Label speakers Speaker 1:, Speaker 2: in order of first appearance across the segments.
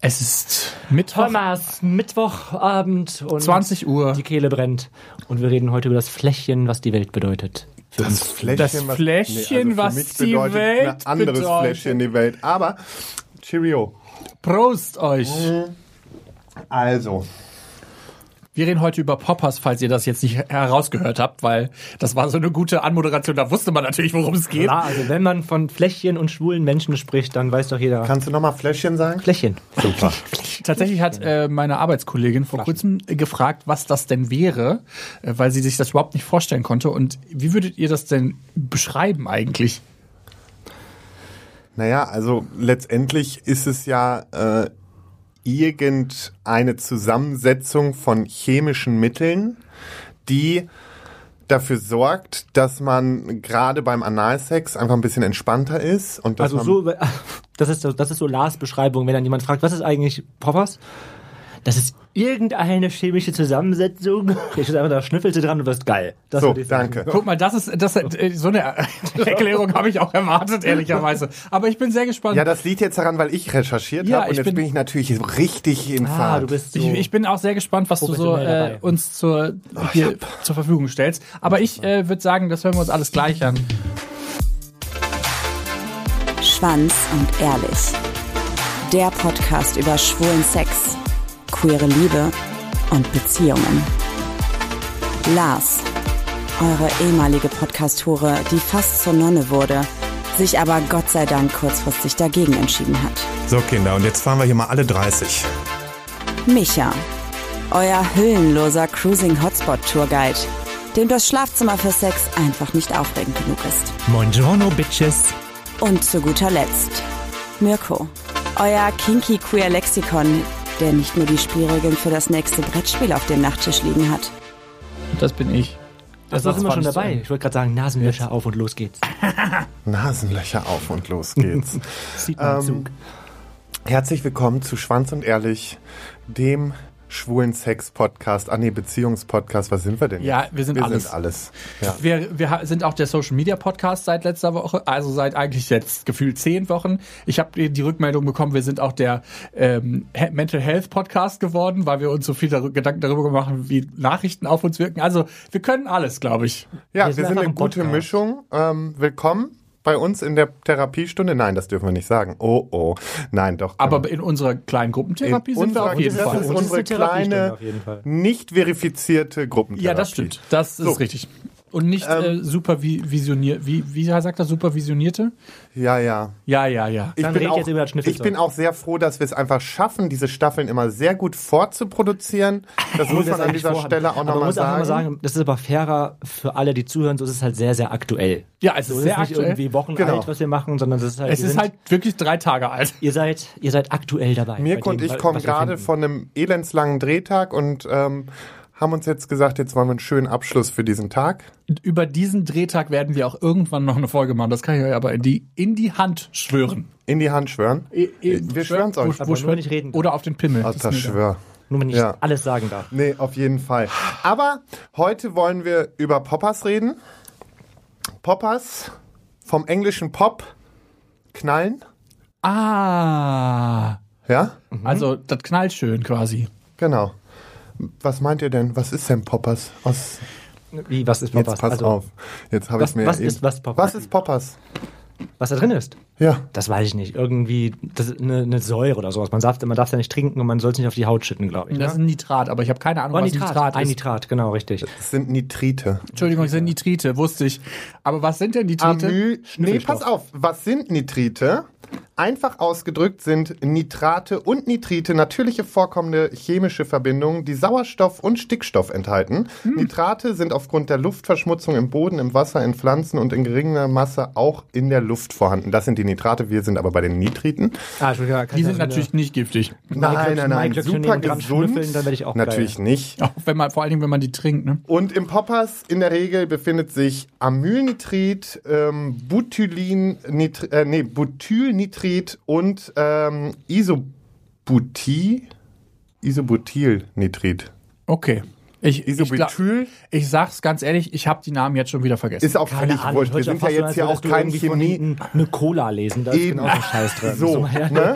Speaker 1: Es ist Mittwoch,
Speaker 2: Thomas, Mittwochabend und
Speaker 1: 20 Uhr.
Speaker 2: die Kehle brennt. Und wir reden heute über das Flächchen, was die Welt bedeutet.
Speaker 3: Das Fläschchen, also
Speaker 1: Das Fläschchen, was die Welt
Speaker 3: ein anderes
Speaker 1: bedeutet.
Speaker 3: Fläschchen die Welt. Aber Cheerio.
Speaker 1: Prost euch.
Speaker 3: Also,
Speaker 1: Wir reden heute über Poppers, falls ihr das jetzt nicht herausgehört habt, weil das war so eine gute Anmoderation. Da wusste man natürlich, worum es geht.
Speaker 2: Klar, also wenn man von Flächchen und schwulen Menschen spricht, dann weiß doch jeder.
Speaker 3: kannst du nochmal Fläschchen sagen?
Speaker 2: Flächchen.
Speaker 3: Super.
Speaker 1: Tatsächlich hat äh, meine Arbeitskollegin vor kurzem äh, gefragt, was das denn wäre, äh, weil sie sich das überhaupt nicht vorstellen konnte. Und wie würdet ihr das denn beschreiben eigentlich?
Speaker 3: Naja, also letztendlich ist es ja äh, irgendeine Zusammensetzung von chemischen Mitteln, die dafür sorgt, dass man gerade beim Analsex einfach ein bisschen entspannter ist. Und dass
Speaker 2: Also
Speaker 3: man,
Speaker 2: so, das ist, das ist so Lars Beschreibung, wenn dann jemand fragt, was ist eigentlich Poppers? Das ist irgendeine chemische Zusammensetzung. Ich würde einfach da schnüffelst du dran und wirst geil. Das
Speaker 3: so
Speaker 2: würde ich sagen.
Speaker 3: danke.
Speaker 1: Guck mal, das ist das äh, so eine Erklärung habe ich auch erwartet ehrlicherweise. Aber ich bin sehr gespannt.
Speaker 3: Ja, das liegt jetzt daran, weil ich recherchiert
Speaker 1: Ja,
Speaker 3: habe und
Speaker 1: ich
Speaker 3: jetzt
Speaker 1: bin-
Speaker 3: bin, ich natürlich richtig in
Speaker 2: Ah,
Speaker 3: Fahrt.
Speaker 2: du bist so.
Speaker 1: Ich, ich bin auch sehr gespannt, was du so
Speaker 2: Professionell
Speaker 1: äh,
Speaker 2: dabei.
Speaker 1: uns zur, hier zur Verfügung stellst. Aber ich äh, würde sagen, das hören wir uns alles gleich an.
Speaker 4: Schwanz und Ehrlich. Der Podcast über schwulen Sex, queere Liebe und Beziehungen. Lars, eure ehemalige Podcast-Hure, die fast zur Nonne wurde, sich aber Gott sei Dank kurzfristig dagegen entschieden hat.
Speaker 5: So Kinder, und jetzt fahren wir hier mal alle 30.
Speaker 4: Micha, euer hüllenloser Cruising-Hotspot-Tourguide, dem das Schlafzimmer für Sex einfach nicht aufregend genug ist.
Speaker 6: Buongiorno, Bitches.
Speaker 4: Und zu guter Letzt, Mirko, euer kinky queer Lexikon, der nicht nur die Spielregeln für das nächste Brettspiel auf dem Nachttisch liegen hat.
Speaker 1: Das bin ich.
Speaker 2: das war immer schon
Speaker 1: fandst du
Speaker 2: dabei. Ich wollte gerade sagen, Nasenlöcher auf und los geht's.
Speaker 3: Nasenlöcher auf und los geht's.
Speaker 2: Sieht man
Speaker 3: Ähm,
Speaker 2: Zug.
Speaker 3: Herzlich willkommen zu Schwanz und Ehrlich, dem schwulen Sex-Podcast, ah nee, Beziehungspodcast. Was sind wir denn
Speaker 1: Ja,
Speaker 3: jetzt?
Speaker 1: wir sind alles.
Speaker 3: Sind alles. Ja.
Speaker 1: Wir, wir ha- sind auch der Social Media Podcast seit letzter Woche, also seit eigentlich jetzt gefühlt zehn Wochen. Ich habe die- die Rückmeldung bekommen, wir sind auch der ähm, He- Mental Health Podcast geworden, weil wir uns so viel darü- Gedanken darüber machen, wie Nachrichten auf uns wirken. Also wir können alles, glaube ich.
Speaker 3: Ja,
Speaker 2: Wir sind
Speaker 3: wir sind
Speaker 2: einfach
Speaker 3: eine
Speaker 2: ein
Speaker 3: gute
Speaker 2: Podcast.
Speaker 3: Mischung. Ähm, willkommen bei uns in der Therapiestunde. Nein, das dürfen wir nicht sagen. Oh, oh. Nein, doch. können
Speaker 1: Aber in unserer kleinen Gruppentherapie
Speaker 3: In
Speaker 1: sind wir
Speaker 3: unserer-
Speaker 1: auf jeden
Speaker 3: das
Speaker 1: Fall.
Speaker 3: ist
Speaker 2: Und es ist
Speaker 3: unsere
Speaker 2: eine Therapiestunde
Speaker 3: kleine,
Speaker 2: auf jeden Fall.
Speaker 3: nicht verifizierte Gruppentherapie.
Speaker 1: Ja, das stimmt. Das ist richtig. Und nicht äh, supervisioniert. Wie, wie sagt er supervisionierte?
Speaker 3: Ja, ja.
Speaker 1: Ja, ja, ja.
Speaker 3: Ich
Speaker 2: Dann
Speaker 3: bin,
Speaker 2: red
Speaker 3: auch,
Speaker 2: jetzt über das Schnüffelzeug.
Speaker 3: ich bin auch sehr froh, dass wir es einfach schaffen, diese Staffeln immer sehr gut fortzuproduzieren. Das muss
Speaker 2: Obwohl wir es
Speaker 3: man an
Speaker 2: eigentlich
Speaker 3: dieser
Speaker 2: vorhaben.
Speaker 3: Stelle auch
Speaker 2: Aber man
Speaker 3: nochmal
Speaker 2: muss auch noch
Speaker 3: sagen.
Speaker 2: mal sagen, das ist aber fairer für alle, die zuhören. So ist es halt sehr, sehr aktuell.
Speaker 1: Ja, es
Speaker 2: so
Speaker 1: ist
Speaker 2: ist
Speaker 1: sehr
Speaker 2: es nicht
Speaker 1: aktuell.
Speaker 2: irgendwie Wochen
Speaker 3: Also Genau.
Speaker 2: alt, was wir machen, sondern das ist halt.
Speaker 1: Es
Speaker 2: wir
Speaker 1: ist
Speaker 2: sind-
Speaker 1: halt wirklich drei Tage alt.
Speaker 2: Ihr seid, ihr seid aktuell dabei. bei
Speaker 3: Mirko und
Speaker 2: dem,
Speaker 3: ich
Speaker 2: wa-
Speaker 3: kommen
Speaker 2: was wir
Speaker 3: gerade
Speaker 2: finden.
Speaker 3: von einem elendslangen Drehtag und ähm, haben uns jetzt gesagt, jetzt wollen wir einen schönen Abschluss für diesen Tag.
Speaker 1: Über diesen Drehtag werden wir auch irgendwann noch eine Folge machen. Das kann ich euch aber in die, in die Hand schwören.
Speaker 3: In die Hand schwören. Wir schwören's euch.
Speaker 2: Aber nur wenn ich reden darf.
Speaker 1: Oder auf den Pimmel. Das
Speaker 3: Alter,
Speaker 1: ist mir
Speaker 3: schwör.
Speaker 2: Nur wenn ich
Speaker 3: Ja.
Speaker 2: alles sagen darf.
Speaker 3: Nee, auf jeden Fall. Aber heute wollen wir über Poppers reden. Poppers vom englischen Pop knallen.
Speaker 1: egal. Ah.
Speaker 3: Ja,
Speaker 1: Also, das knallt schön quasi.
Speaker 3: genau. Was meint ihr denn? Was ist denn Poppers? Was,
Speaker 2: Wie, was ist
Speaker 3: jetzt
Speaker 2: Poppers?
Speaker 3: pass auf. Jetzt habe
Speaker 2: also, was-
Speaker 3: ich mir
Speaker 2: was
Speaker 3: eben-
Speaker 2: ist- was Poppers?
Speaker 3: Was ist Poppers?
Speaker 2: Was da drin ist?
Speaker 3: Ja.
Speaker 2: Das weiß ich nicht. Irgendwie das ist eine, eine Säure oder sowas. Man darf man darf ja nicht trinken und man soll es nicht auf die Haut schütten, glaube ich.
Speaker 1: Das ist ein Nitrat, aber ich habe keine Ahnung,
Speaker 2: Oder
Speaker 1: was Oh, Nitrat, Nitrat
Speaker 2: Ein
Speaker 1: ist.
Speaker 2: Nitrat, genau, richtig.
Speaker 3: Das sind Nitrite.
Speaker 1: Entschuldigung, das sind Nitrite, wusste ich. Aber was sind denn Nitrite?
Speaker 3: Amü nee,
Speaker 2: Schnüffelstoff.
Speaker 3: pass auf. Was sind Nitrite? Einfach ausgedrückt sind Nitrate und Nitrite natürliche vorkommende chemische Verbindungen, die Sauerstoff und Stickstoff enthalten.
Speaker 2: Hm.
Speaker 3: Nitrate sind aufgrund der Luftverschmutzung im Boden, im Wasser, in Pflanzen und in geringer Masse auch in der Luft vorhanden. Das sind die Nitrate, wir sind aber bei den Nitriten.
Speaker 2: Ah, Entschuldigung, kann
Speaker 1: Die
Speaker 2: ich
Speaker 1: sind
Speaker 2: noch eine-
Speaker 1: natürlich nicht giftig.
Speaker 3: Nein, nein, nein,
Speaker 2: Maiklöckchen nehmen
Speaker 3: super
Speaker 2: und dran
Speaker 3: gesund.
Speaker 2: schnüffeln, dann werde ich auch
Speaker 3: Natürlich nicht.
Speaker 1: Auch wenn man, vor allen Dingen, wenn man die trinkt, ne?
Speaker 3: Und im Poppers in der Regel befindet sich Amylnitrit, ähm, Butylin, Nitri- äh, nee, Butylnitrit und ähm, Isobuti, Isobutylnitrit.
Speaker 1: Okay. Ich, ich, glaub-
Speaker 3: Isobutyl
Speaker 1: ich sag's ganz ehrlich, ich habe die Namen jetzt schon wieder vergessen.
Speaker 3: ist auch völlig
Speaker 2: Ahnung,
Speaker 3: wurscht.
Speaker 2: hört
Speaker 3: Wir
Speaker 2: sich
Speaker 3: sind ja
Speaker 2: fast so an,
Speaker 3: jetzt
Speaker 2: als
Speaker 3: hier auch
Speaker 2: würdest du
Speaker 3: kein
Speaker 2: irgendwie von
Speaker 3: Chemie.
Speaker 2: hinten Eine Cola lesen, da ist
Speaker 3: Eben.
Speaker 2: genau so ein Scheiß drin.
Speaker 3: So,
Speaker 2: ja.
Speaker 3: ne?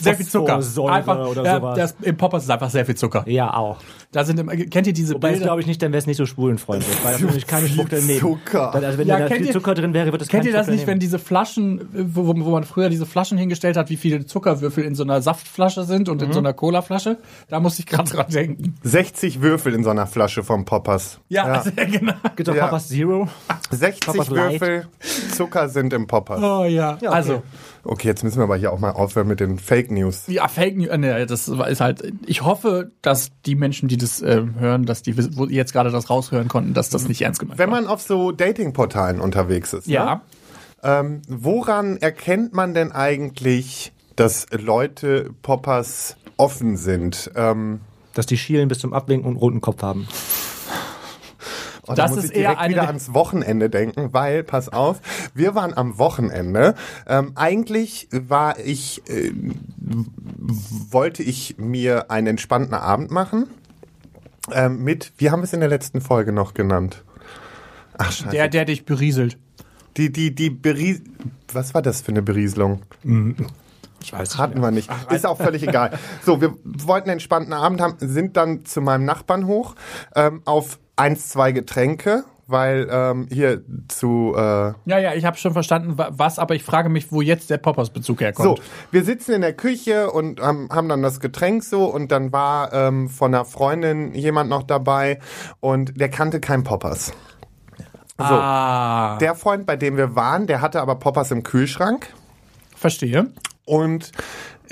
Speaker 1: sehr viel Zucker.
Speaker 2: Phosphorsäure
Speaker 1: einfach,
Speaker 2: oder
Speaker 1: ja,
Speaker 2: sowas.
Speaker 1: Das, Im Poppers ist einfach sehr viel Zucker.
Speaker 2: Ja, auch.
Speaker 1: Da sind immer, kennt ihr diese
Speaker 2: Wobei es
Speaker 1: Bilder?
Speaker 2: glaube ich nicht, dann wäre es nicht so schwulenfreundlich, weil da würde ich keine Schwuchtel nehmen.
Speaker 3: Zucker.
Speaker 2: Dann, also wenn
Speaker 1: Ja,
Speaker 2: da
Speaker 1: kennt
Speaker 2: viel
Speaker 1: ihr-
Speaker 2: Zucker drin wäre, wird es
Speaker 1: Kennt ihr das nicht, wenn
Speaker 2: wenn die
Speaker 1: diese Flaschen, äh, wo, wo wo man früher diese Flaschen hingestellt hat, wie viele Zuckerwürfel in so einer Saftflasche sind
Speaker 2: Mhm.
Speaker 1: und in so einer Colaflasche? Da muss ich gerade dran denken.
Speaker 3: 60 Würfel in so einer Flasche vom Poppers.
Speaker 1: Ja, sehr genau.
Speaker 2: Gibt doch
Speaker 3: Ja.
Speaker 2: Papas Zero.
Speaker 3: 60
Speaker 2: also Poppers Light.
Speaker 3: Würfel Zucker sind im Poppers.
Speaker 1: Oh ja.
Speaker 2: okay.
Speaker 1: Also,
Speaker 3: Okay, jetzt müssen wir aber hier auch mal aufhören mit den Fake News.
Speaker 1: ja, Fake News, äh, nee, das ist halt, ich hoffe, dass die Menschen, die das ähm, hören, dass die wissen- wo die jetzt gerade das raushören konnten, dass das nicht ernst gemeint
Speaker 3: Wenn
Speaker 1: war.
Speaker 3: man auf so Dating-Portalen unterwegs ist, ne?
Speaker 1: Ja,
Speaker 3: ähm, woran erkennt man denn eigentlich, dass Leute Poppers offen sind? Ähm,
Speaker 2: Dass die schielen bis zum Abwinken und roten Kopf haben.
Speaker 3: oh, da
Speaker 1: Das
Speaker 3: muss
Speaker 1: ist
Speaker 3: ich direkt
Speaker 1: eher eine
Speaker 3: wieder
Speaker 1: der-
Speaker 3: ans Wochenende denken, weil, pass auf, wir waren am Wochenende. Ähm, eigentlich war ich, äh, w- wollte ich mir einen entspannten Abend machen. Ähm, mit, wie haben wir es in der letzten Folge noch genannt? Ach, scheiße.
Speaker 1: der, der dich berieselt.
Speaker 3: Die, die, die Beries Was war das für eine Berieselung?
Speaker 2: Ich weiß nicht. also
Speaker 3: Hatten wir nicht. Ist auch völlig egal. So, wir wollten einen entspannten Abend haben, sind dann zu meinem Nachbarn hoch ähm, auf eins, zwei Getränke, weil ähm, hier zu. Äh,
Speaker 1: Ja, ja, ich habe schon verstanden, wa- was, aber ich frage mich, wo jetzt der Poppers-Bezug herkommt.
Speaker 3: So, wir sitzen in der Küche und haben, haben dann das Getränk so und dann war ähm, von einer Freundin jemand noch dabei und der kannte kein Poppers. So.
Speaker 1: Ah.
Speaker 2: Ah.
Speaker 3: Der Freund, bei dem wir waren, der hatte aber Poppers im Kühlschrank.
Speaker 1: Verstehe.
Speaker 3: Und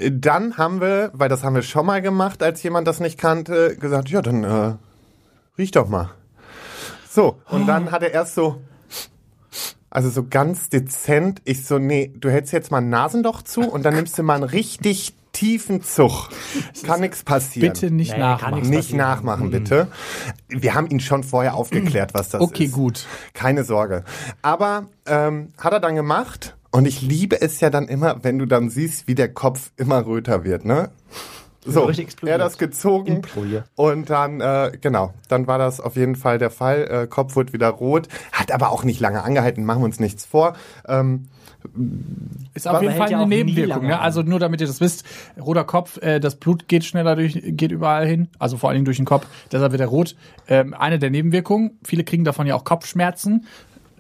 Speaker 3: dann haben wir, weil das haben wir schon mal gemacht, als jemand das nicht kannte, gesagt, ja, dann äh, riech doch mal. So,
Speaker 1: Oh.
Speaker 3: und dann hat er erst so, also so ganz dezent, ich so, nee, du hältst jetzt mal ein Nasenloch zu und dann nimmst du mal einen richtig tiefen Zug. Kann nichts passieren.
Speaker 1: Bitte Mhm. nicht
Speaker 2: Nee, kann
Speaker 1: nachmachen.
Speaker 2: nichts
Speaker 3: Nicht nachmachen, bitte. Wir haben ihn schon vorher aufgeklärt, was das
Speaker 1: Okay,
Speaker 3: ist.
Speaker 1: gut.
Speaker 3: Keine Sorge. Aber ähm, hat er dann gemacht und ich liebe es ja dann immer, wenn du dann siehst, wie der Kopf immer röter wird, ne? So,
Speaker 2: richtig
Speaker 3: er
Speaker 2: explodiert.
Speaker 3: hat das gezogen
Speaker 2: Implodiert.
Speaker 3: und dann, äh, genau, dann war das auf jeden Fall der Fall. Äh, Kopf wird wieder rot, hat aber auch nicht lange angehalten, machen wir uns nichts vor. Ähm,
Speaker 1: Ist auf jeden
Speaker 2: hält
Speaker 1: Fall
Speaker 2: ja
Speaker 1: eine
Speaker 2: auch nie
Speaker 1: Nebenwirkung.
Speaker 2: lange
Speaker 1: Ne?
Speaker 2: an.
Speaker 1: Also nur damit ihr das wisst, roter Kopf, äh, das Blut geht schneller durch, geht überall hin, also vor allen Dingen durch den Kopf, deshalb wird er rot. Ähm, eine der Nebenwirkungen, viele kriegen davon ja auch Kopfschmerzen.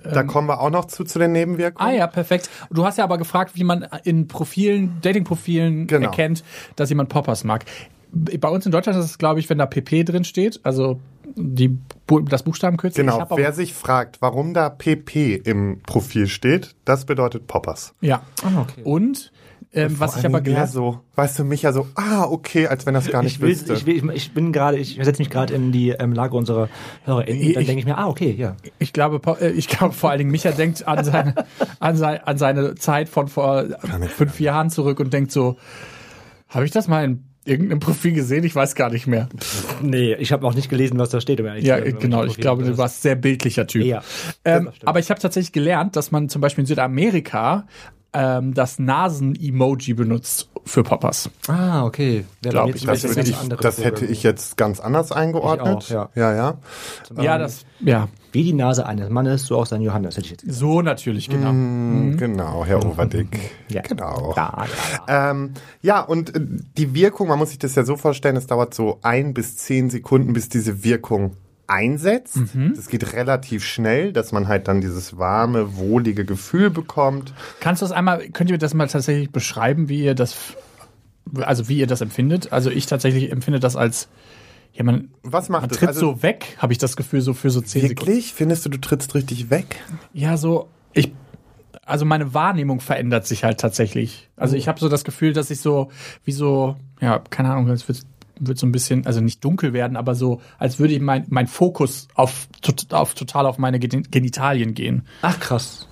Speaker 3: da kommen wir auch noch zu, zu den Nebenwirkungen.
Speaker 1: Ähm. Ah ja, perfekt. Du hast ja aber gefragt, wie man in Profilen, Dating-Profilen
Speaker 3: Genau.
Speaker 1: erkennt, dass jemand Poppers mag. Bei uns in Deutschland ist es, glaube ich, wenn da PP drin steht, also die, Bu- das Buchstabenkürzel. Ich
Speaker 3: Genau,
Speaker 1: hab aber-
Speaker 3: wer sich fragt, warum da PP im Profil steht, das bedeutet Poppers.
Speaker 1: Ja. Und ähm, was
Speaker 3: Vor
Speaker 1: ich aber
Speaker 3: allen Dingen
Speaker 1: gelernt
Speaker 3: eher so, weißt du, mich ja so, ah, okay, als wenn das gar nicht
Speaker 2: Ich, will,
Speaker 3: wüsste.
Speaker 2: ich, will, ich bin gerade, ich setze mich gerade in die ähm, Lage unserer HörerInnen. Dann
Speaker 1: Ich-
Speaker 2: denke ich mir, ah, okay, ja.
Speaker 1: Ich glaube, Pa- äh, ich glaube vor allen Dingen, Micha denkt an seine, an, sein, an seine Zeit von vor fünf Jahren zurück und denkt so, habe ich das mal in irgendeinem Profil gesehen? Ich weiß gar nicht mehr.
Speaker 2: Nee, ich habe auch nicht gelesen, was da steht. Um ehrlich zu
Speaker 1: Ja,
Speaker 2: sein, wenn man
Speaker 1: genau.
Speaker 2: nicht
Speaker 1: Ich glaube, du
Speaker 2: profiliert
Speaker 1: warst sehr bildlicher Typ.
Speaker 2: Ja,
Speaker 1: ähm,
Speaker 2: stimmt.
Speaker 1: aber ich habe tatsächlich gelernt, dass man zum Beispiel in Südamerika ähm, das Nasen-Emoji benutzt für Poppers.
Speaker 2: ist. Ah, okay. Wäre
Speaker 1: Glaub
Speaker 2: bei mir
Speaker 1: ich,
Speaker 2: zum
Speaker 3: das
Speaker 2: Beispiel
Speaker 3: würde
Speaker 2: ganz
Speaker 3: ich,
Speaker 2: andere
Speaker 3: das hätte
Speaker 2: Vorgänge.
Speaker 3: ich jetzt ganz anders eingeordnet.
Speaker 2: Ich auch,
Speaker 3: ja.
Speaker 1: Ja, das, ja,
Speaker 2: Wie die Nase eines Mannes, so auch sein Johannes, hätte ich jetzt gesagt.
Speaker 1: so natürlich, genau.
Speaker 3: Hm, Genau, Herr Overdick.
Speaker 2: Mhm. Ja.
Speaker 3: Genau.
Speaker 2: Da, da.
Speaker 3: Ähm, ja, und äh, die Wirkung, man muss sich das ja so vorstellen, es dauert so ein bis zehn Sekunden, bis diese Wirkung einsetzt.
Speaker 2: Mhm.
Speaker 3: Das geht relativ schnell, dass man halt dann dieses warme, wohlige Gefühl bekommt.
Speaker 1: Kannst du das einmal, könnt ihr das mal tatsächlich beschreiben, wie ihr das, also wie ihr das empfindet? Also ich tatsächlich empfinde das als, ja, man,
Speaker 3: Was macht
Speaker 1: man
Speaker 3: das?
Speaker 1: tritt
Speaker 3: Also-
Speaker 1: so weg, habe ich das Gefühl, so für so zehn Sekunden.
Speaker 3: Wirklich? Findest du, du trittst richtig weg?
Speaker 1: Ja, so, ich, also meine Wahrnehmung verändert sich halt tatsächlich.
Speaker 2: Oh.
Speaker 1: Also ich habe so das Gefühl, dass ich so, wie so, ja, keine Ahnung, es wird, wird so ein bisschen, also nicht dunkel werden, aber so, als würde ich mein, mein Fokus auf, tot- auf total auf meine Gen- Genitalien gehen.
Speaker 2: Ach, krass.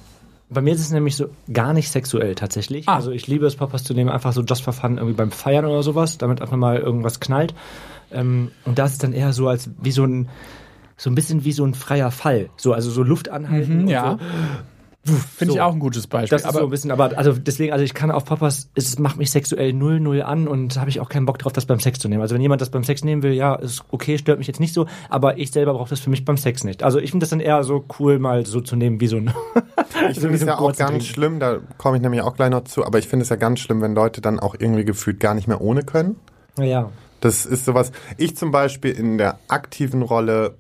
Speaker 2: Bei mir ist es nämlich so gar nicht sexuell tatsächlich.
Speaker 1: Ah.
Speaker 2: Also ich liebe es, Papas zu nehmen, einfach so just for fun, irgendwie beim Feiern oder sowas, damit einfach mal irgendwas knallt. Ähm, und da ist es dann eher so als wie so ein, so ein bisschen wie so ein freier Fall. So, also so Luft anhalten. und
Speaker 1: Mhm, ja.
Speaker 2: So,
Speaker 1: Finde
Speaker 2: So.
Speaker 1: ich auch ein gutes Beispiel.
Speaker 2: Das ist so ein bisschen, aber also deswegen, also ich kann auf Poppers, es macht mich sexuell null null an und habe ich auch keinen Bock drauf, das beim Sex zu nehmen. Also wenn jemand das beim Sex nehmen will, ja, ist okay, stört mich jetzt nicht so, aber ich selber brauche das für mich beim Sex nicht. Also ich finde das dann eher so cool, mal so zu nehmen wie so ein.
Speaker 3: Ich finde es ja auch ganz schlimm, da komme ich nämlich auch gleich noch zu, aber ich finde es ja ganz schlimm, wenn Leute dann auch irgendwie gefühlt gar nicht mehr ohne können.
Speaker 2: Naja.
Speaker 3: Das ist sowas. Ich zum Beispiel in der aktiven Rolle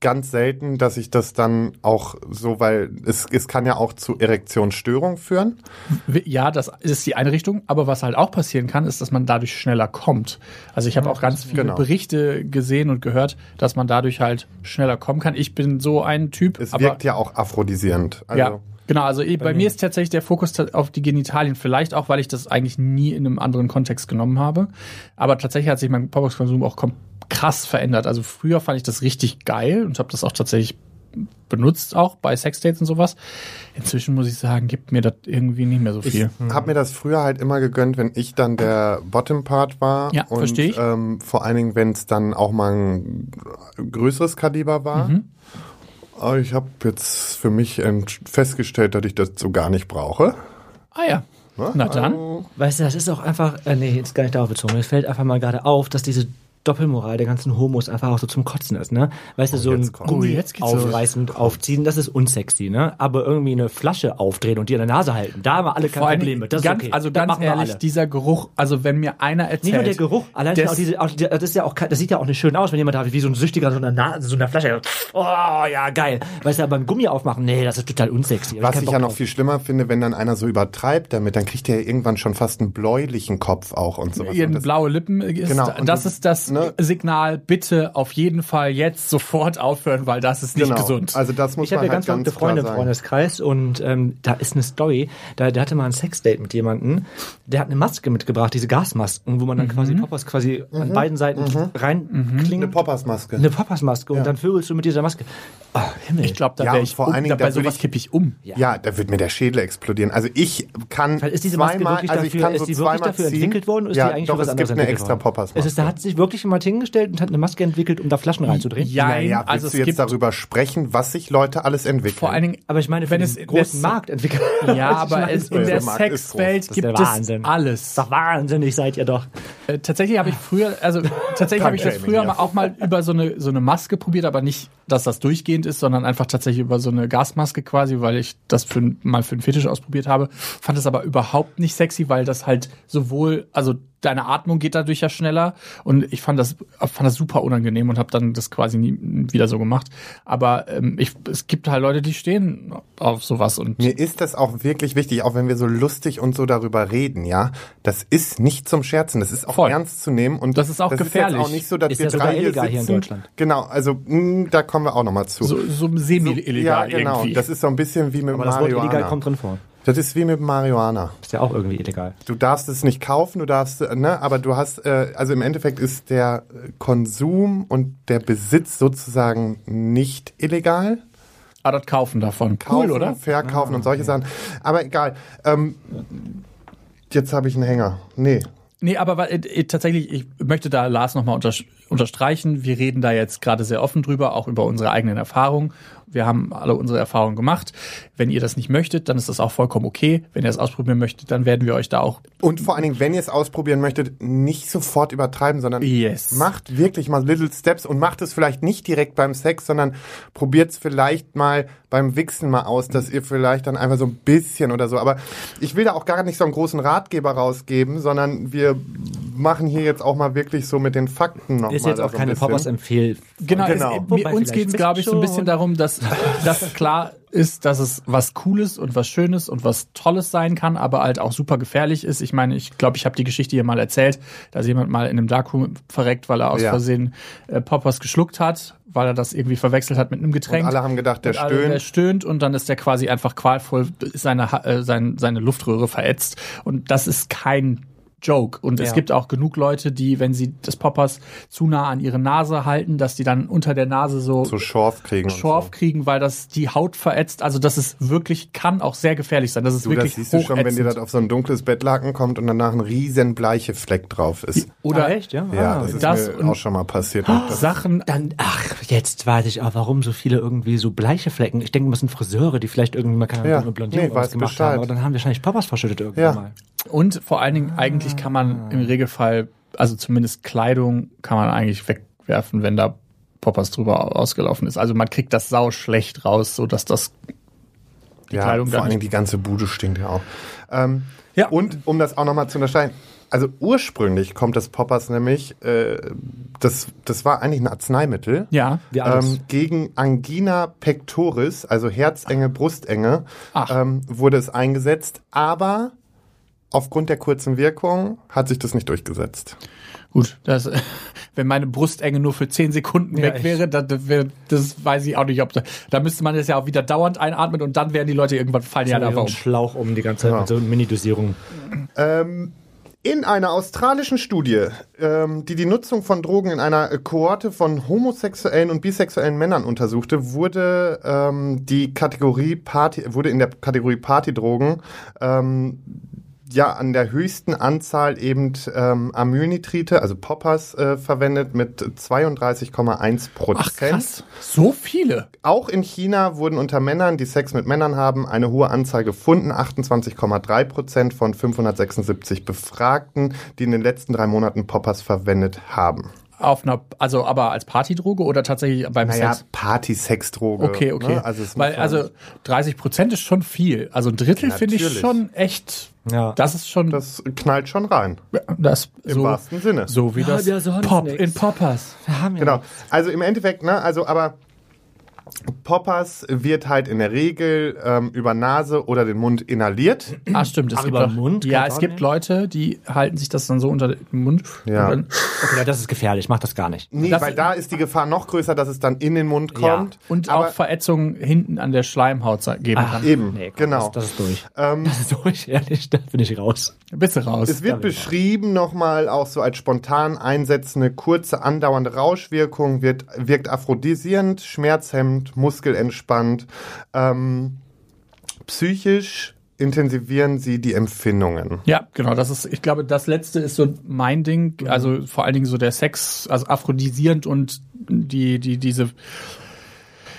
Speaker 3: ganz selten, dass ich das dann auch so, weil es, es kann ja auch zu Erektionsstörung führen.
Speaker 1: Ja, das ist die eine Richtung. Aber was halt auch passieren kann, ist, dass man dadurch schneller kommt. Also ich habe auch ganz viele
Speaker 3: Genau.
Speaker 1: Berichte gesehen und gehört, dass man dadurch halt schneller kommen kann. Ich bin so ein Typ.
Speaker 3: Es
Speaker 1: aber
Speaker 3: wirkt ja auch aphrodisierend. Also,
Speaker 1: ja, genau. Also eh, bei, mir ist tatsächlich der Fokus ta- auf die Genitalien. Vielleicht auch, weil ich das eigentlich nie in einem anderen Kontext genommen habe. Aber tatsächlich hat sich mein Popbox-Konsum auch kom- krass verändert. Also früher fand ich das richtig geil und habe das auch tatsächlich benutzt, auch bei Sexdates und sowas. Inzwischen muss ich sagen, gibt mir das irgendwie nicht mehr so
Speaker 3: Ich
Speaker 1: viel.
Speaker 3: habe mir das früher halt immer gegönnt, wenn ich dann der Bottom-Part war.
Speaker 1: Ja,
Speaker 3: und,
Speaker 1: versteh ich.
Speaker 3: Ähm, vor allen Dingen, wenn es dann auch mal ein größeres Kaliber war.
Speaker 1: Mhm.
Speaker 3: Aber ich habe jetzt für mich ent- festgestellt, dass ich das so gar nicht brauche.
Speaker 1: Ah ja. Na dann.
Speaker 2: Weißt du, das ist auch einfach, äh, nee, jetzt gar nicht darauf bezogen. Es fällt einfach mal gerade auf, dass diese Doppelmoral der ganzen Homos einfach auch so zum Kotzen ist, ne? Weißt du, so ein
Speaker 3: jetzt kommt's.
Speaker 1: Oh,
Speaker 2: Gummi
Speaker 1: jetzt geht's los.
Speaker 2: aufreißen und aufziehen, das ist unsexy, ne? Aber irgendwie eine Flasche aufdrehen und die an der Nase halten, da haben wir alle kein
Speaker 1: Vor allem
Speaker 2: Problem mit. Das
Speaker 1: ganz,
Speaker 2: ist okay.
Speaker 1: also
Speaker 2: das
Speaker 1: ganz
Speaker 2: machen wir
Speaker 1: ehrlich,
Speaker 2: alle.
Speaker 1: dieser Geruch, also wenn mir einer erzählt.
Speaker 2: Nicht nur der Geruch, allein schon
Speaker 1: des-
Speaker 2: auch diese, auch, das ist ja auch, kein- das sieht ja auch nicht schön aus, wenn jemand da wie so ein Süchtiger so einer Nase, so einer Flasche, oh ja geil, weißt du, aber beim Gummi aufmachen, nee, das ist total unsexy. Hab
Speaker 3: Was
Speaker 2: keinen
Speaker 3: ich
Speaker 2: Bock
Speaker 3: ja noch
Speaker 2: drauf.
Speaker 3: viel schlimmer finde, wenn dann einer so übertreibt damit, dann kriegt er ja irgendwann schon fast einen bläulichen Kopf auch und sowas.
Speaker 1: ihren
Speaker 3: und das,
Speaker 1: blaue Lippen äh, ist,
Speaker 3: Genau, und
Speaker 1: das
Speaker 3: das-
Speaker 1: ist das
Speaker 3: ne?
Speaker 1: Signal, bitte auf jeden Fall jetzt sofort aufhören, weil das ist nicht
Speaker 3: genau.
Speaker 1: gesund.
Speaker 3: Also das muss
Speaker 2: Ich habe
Speaker 3: man
Speaker 2: ja ganz
Speaker 3: halt
Speaker 2: gute Freunde im
Speaker 3: klar sagen.
Speaker 2: Freundeskreis und ähm, da ist eine Story. Da, der hatte mal ein Sexdate mit jemandem, der hat eine Maske mitgebracht, diese Gasmasken, wo man dann
Speaker 1: Mhm.
Speaker 2: quasi Poppers quasi
Speaker 3: Mhm.
Speaker 2: an beiden Seiten reinklingt.
Speaker 3: Eine Poppersmaske.
Speaker 2: Eine Poppers-Maske und dann vögelst du mit dieser Maske. Oh, Himmel.
Speaker 1: ich glaube, da
Speaker 3: Ja,
Speaker 1: wäre
Speaker 3: und
Speaker 1: ich
Speaker 3: vor
Speaker 1: um,
Speaker 3: allen Dingen,
Speaker 1: da,
Speaker 3: da
Speaker 1: bei
Speaker 3: würd
Speaker 1: sowas
Speaker 3: ich-
Speaker 1: kippe ich um.
Speaker 3: ja. da wird mir der Schädel explodieren. Also ich kann
Speaker 2: Weil ist diese Maske
Speaker 3: zweimal,
Speaker 2: wirklich
Speaker 3: also ich
Speaker 2: dafür,
Speaker 3: kann
Speaker 2: ist
Speaker 3: so
Speaker 2: die wirklich
Speaker 3: zweimal
Speaker 2: dafür
Speaker 3: ziehen.
Speaker 2: entwickelt worden? Ist
Speaker 3: ja,
Speaker 2: die eigentlich
Speaker 3: doch,
Speaker 2: für was
Speaker 3: es
Speaker 2: anderes
Speaker 3: gibt eine
Speaker 2: entwickelt
Speaker 3: extra
Speaker 2: worden?
Speaker 3: Poppersmaske.
Speaker 2: Es ist, da hat sich wirklich jemand hingestellt und hat eine Maske entwickelt, um da Flaschen reinzudrehen.
Speaker 1: Jein,
Speaker 3: naja, willst
Speaker 1: also
Speaker 3: du
Speaker 1: es
Speaker 3: jetzt
Speaker 1: gibt
Speaker 3: darüber sprechen, was sich Leute alles entwickeln?
Speaker 1: vor allen Dingen,
Speaker 2: Aber ich meine, für
Speaker 1: wenn
Speaker 2: den
Speaker 1: es in
Speaker 2: großen
Speaker 1: der-
Speaker 2: Markt entwickelt.
Speaker 1: Ja, aber es, in
Speaker 3: der
Speaker 1: der
Speaker 3: Markt ist groß.
Speaker 1: Sexwelt
Speaker 2: Das ist der
Speaker 1: gibt es
Speaker 2: Wahnsinn.
Speaker 1: alles.
Speaker 2: Doch wahnsinnig seid ihr doch.
Speaker 1: Äh, tatsächlich habe ich früher, also tatsächlich habe ich das
Speaker 3: Punkshaming,
Speaker 1: früher
Speaker 3: ja.
Speaker 1: mal auch mal über so eine, so eine Maske probiert, aber nicht, dass das durchgehend ist, sondern einfach tatsächlich über so eine Gasmaske quasi, weil ich das für, n- mal für einen Fetisch ausprobiert habe. Fand es aber überhaupt nicht sexy, weil das halt sowohl, also deine Atmung geht dadurch ja schneller und ich fand das, fand das super unangenehm und habe dann das quasi nie wieder so gemacht. Aber ähm, ich, es gibt halt Leute, die stehen auf sowas und
Speaker 3: Mir ist das auch wirklich wichtig, auch wenn wir so lustig und so darüber reden, ja. Das ist nicht zum Scherzen, das ist auch
Speaker 1: Voll.
Speaker 3: ernst zu nehmen und
Speaker 1: Das ist auch gefährlich.
Speaker 3: Ist jetzt auch nicht so, dass
Speaker 2: Ist
Speaker 3: wir
Speaker 2: ja sogar
Speaker 3: drei hier
Speaker 2: illegal
Speaker 3: sitzen.
Speaker 2: hier in Deutschland.
Speaker 3: Genau, also mh, da kommen wir auch nochmal zu.
Speaker 1: so, so semi-illegal
Speaker 3: ja, genau.
Speaker 1: irgendwie.
Speaker 3: Das ist so ein bisschen wie mit
Speaker 2: Aber das Wort illegal
Speaker 3: Marihuana.
Speaker 2: kommt drin vor.
Speaker 3: Das ist wie mit Marihuana.
Speaker 2: Ist ja auch irgendwie illegal.
Speaker 3: Du darfst es nicht kaufen, du darfst, äh, ne, aber du hast, äh, also im Endeffekt ist der äh, Konsum und der Besitz sozusagen nicht illegal.
Speaker 1: aber Ah, das Kaufen davon.
Speaker 3: Kaufen,
Speaker 1: cool, oder? Ah,
Speaker 3: Verkaufen und solche Sachen. Aber egal. Ähm, jetzt habe ich einen Hänger. Nee.
Speaker 1: Nee, aber wa- äh, äh, tatsächlich, ich möchte da Lars nochmal unters unterstreichen. Wir reden da jetzt gerade sehr offen drüber, auch über unsere eigenen Erfahrungen. Wir haben alle unsere Erfahrungen gemacht. Wenn ihr das nicht möchtet, dann ist das auch vollkommen okay. Wenn ihr es ausprobieren möchtet, dann werden wir euch da auch.
Speaker 3: Und vor allen Dingen, wenn ihr es ausprobieren möchtet, nicht sofort übertreiben, sondern
Speaker 1: Yes.
Speaker 3: macht wirklich mal Little Steps und macht es vielleicht nicht direkt beim Sex, sondern probiert es vielleicht mal beim Wichsen mal aus, dass ihr vielleicht dann einfach so ein bisschen oder so. Aber ich will da auch gar nicht so einen großen Ratgeber rausgeben, sondern wir machen hier jetzt auch mal wirklich so mit den Fakten nochmal.
Speaker 2: Ist jetzt auch
Speaker 3: so ein
Speaker 2: keine
Speaker 3: bisschen.
Speaker 2: Poppers empfehl.
Speaker 1: Genau,
Speaker 3: Genau.
Speaker 1: Es,
Speaker 2: Wobei
Speaker 1: mir, uns
Speaker 2: vielleicht
Speaker 1: geht es,
Speaker 2: ein
Speaker 1: glaube ich, so ein bisschen
Speaker 2: bisschen
Speaker 1: darum, dass, dass klar ist, dass es was Cooles und was Schönes und was Tolles sein kann, aber halt auch super gefährlich ist. Ich meine, ich glaube, ich habe die Geschichte hier mal erzählt, dass jemand mal in einem Darkroom verreckt, weil er aus
Speaker 3: Ja.
Speaker 1: Versehen äh, Poppers geschluckt hat, weil er das irgendwie verwechselt hat mit einem Getränk.
Speaker 3: Und alle haben gedacht, der
Speaker 1: Und alle-
Speaker 3: stöhnt.
Speaker 1: Der stöhnt und dann ist der quasi einfach qualvoll ist seine, Ha- äh, sein, seine Luftröhre verätzt. Und das ist kein Joke. Und es
Speaker 2: Ja.
Speaker 1: gibt auch genug Leute, die, wenn sie das Poppers zu nah an ihre Nase halten, dass die dann unter der Nase so,
Speaker 3: So Schorf kriegen.
Speaker 1: Schorf
Speaker 3: und so.
Speaker 1: kriegen, weil das die Haut verätzt. Also das ist wirklich, kann auch sehr gefährlich sein. Das ist
Speaker 3: Du,
Speaker 1: wirklich
Speaker 3: das siehst du schon, wenn dir
Speaker 1: hochätzend.
Speaker 3: das auf so ein dunkles Bettlaken kommt und danach ein riesen bleiche Fleck drauf ist.
Speaker 1: Oder
Speaker 2: Ah, echt, ja?
Speaker 3: Ja,
Speaker 2: ah.
Speaker 3: das ist
Speaker 1: das
Speaker 3: mir
Speaker 1: und- Ah,
Speaker 3: auch schon mal passiert. Und das-
Speaker 1: Sachen,
Speaker 2: Dann, ach, jetzt weiß ich auch, warum so viele irgendwie so bleiche Flecken. Ich denke, das sind Friseure, die vielleicht irgendwie mal keine Ahnung,
Speaker 3: Ja,
Speaker 2: eine Blondierung
Speaker 3: nee, weiß
Speaker 2: gemacht
Speaker 3: Bescheid.
Speaker 2: haben. Aber dann haben wahrscheinlich Papas verschüttet irgendwann
Speaker 3: Ja.
Speaker 2: mal.
Speaker 1: Und vor allen Dingen, eigentlich kann man im Regelfall, also zumindest Kleidung kann man eigentlich wegwerfen, wenn da Poppers drüber au- ausgelaufen ist. Also man kriegt das sau schlecht raus, so dass das die
Speaker 3: ja,
Speaker 1: Kleidung
Speaker 3: vor
Speaker 1: gar
Speaker 3: allen Dingen
Speaker 1: nicht.
Speaker 3: die ganze Bude stinkt ja auch. Ähm,
Speaker 1: Ja.
Speaker 3: Und um das auch nochmal zu unterscheiden, also ursprünglich kommt das Poppers nämlich, äh, das, das war eigentlich ein Arzneimittel.
Speaker 1: Ja.
Speaker 2: Wie alles.
Speaker 3: Ähm, gegen Angina pectoris, also Herzenge, Brustenge,
Speaker 1: Ach.
Speaker 3: ähm, wurde es eingesetzt, aber aufgrund der kurzen Wirkung hat sich das nicht durchgesetzt.
Speaker 1: Gut, das, wenn meine Brustenge nur für 10 Sekunden
Speaker 2: Ja,
Speaker 1: weg
Speaker 2: echt.
Speaker 1: wäre, das, das wär- das weiß ich auch nicht, ob da, da müsste man das ja auch wieder dauernd einatmen und dann wären die Leute irgendwann fallen ja
Speaker 2: ja,
Speaker 1: da
Speaker 2: so
Speaker 1: um.
Speaker 2: einen Schlauch um die ganze Zeit
Speaker 3: Genau.
Speaker 2: mit so einer Mini-Dosierung.
Speaker 3: In einer australischen Studie, ähm, die die Nutzung von Drogen in einer Kohorte von homosexuellen und bisexuellen Männern untersuchte, wurde ähm, die Kategorie Party, wurde in der Kategorie Partydrogen ähm, ja an der höchsten Anzahl eben ähm, Amylnitrite, also Poppers, äh, verwendet mit 32,1
Speaker 1: Ach
Speaker 3: Prozent.
Speaker 1: krass, so viele.
Speaker 3: Auch in China wurden unter Männern, die Sex mit Männern haben, eine hohe Anzahl gefunden. 28,3 Prozent von 576 Befragten, die in den letzten drei Monaten Poppers verwendet haben.
Speaker 1: Auf einer, also aber als Partydroge oder tatsächlich beim
Speaker 3: Naja,
Speaker 1: Sex?
Speaker 3: Party-Sex-Droge.
Speaker 1: Okay, okay.
Speaker 3: Ne? Also, es
Speaker 1: Weil,
Speaker 3: muss man-
Speaker 1: also 30 Prozent ist schon viel. Also ein Drittel finde ich
Speaker 3: Natürlich.
Speaker 1: schon echt.
Speaker 2: Ja.
Speaker 1: Das ist schon das,
Speaker 3: das knallt schon rein.
Speaker 1: im
Speaker 3: wahrsten Sinne.
Speaker 1: So wie
Speaker 2: Ja,
Speaker 1: das
Speaker 2: der sonst
Speaker 1: Pop
Speaker 2: nix.
Speaker 1: in Poppers.
Speaker 2: Wir haben ja
Speaker 3: Genau. Also im Endeffekt, ne, also aber Poppers wird halt in der Regel ähm, über Nase oder den Mund inhaliert.
Speaker 1: Ah, stimmt. Es
Speaker 2: Ach,
Speaker 1: gibt
Speaker 2: über
Speaker 1: auch-
Speaker 2: den Mund
Speaker 1: Ja,
Speaker 2: kann's
Speaker 1: es
Speaker 2: auch
Speaker 1: gibt
Speaker 2: nehmen?
Speaker 1: Leute, die halten sich das dann so unter den Mund.
Speaker 3: Ja.
Speaker 1: Und dann-
Speaker 2: Okay, das ist gefährlich, mach das gar nicht.
Speaker 3: Nee,
Speaker 1: Das-
Speaker 3: weil da ist die Gefahr noch größer, dass es dann in den Mund
Speaker 2: Ja.
Speaker 3: kommt.
Speaker 1: Und auch
Speaker 3: aber
Speaker 1: Verätzungen hinten an der Schleimhaut sa- geben
Speaker 2: Ach,
Speaker 1: kann.
Speaker 3: eben,
Speaker 2: Nee, komm, Das,
Speaker 3: genau.
Speaker 2: das ist durch. das ist durch, ehrlich, da bin ich raus.
Speaker 1: Bist du raus.
Speaker 3: Es wird beschrieben nochmal auch so als spontan einsetzende, kurze, andauernde Rauschwirkung, wird, wirkt aphrodisierend, schmerzhemmend, muskelentspannt. Ähm, psychisch intensivieren sie die Empfindungen.
Speaker 1: Ja, genau. Das ist, ich glaube, das letzte ist so mein Ding. Also vor allen Dingen so der Sex, also aphrodisierend und die, die, diese,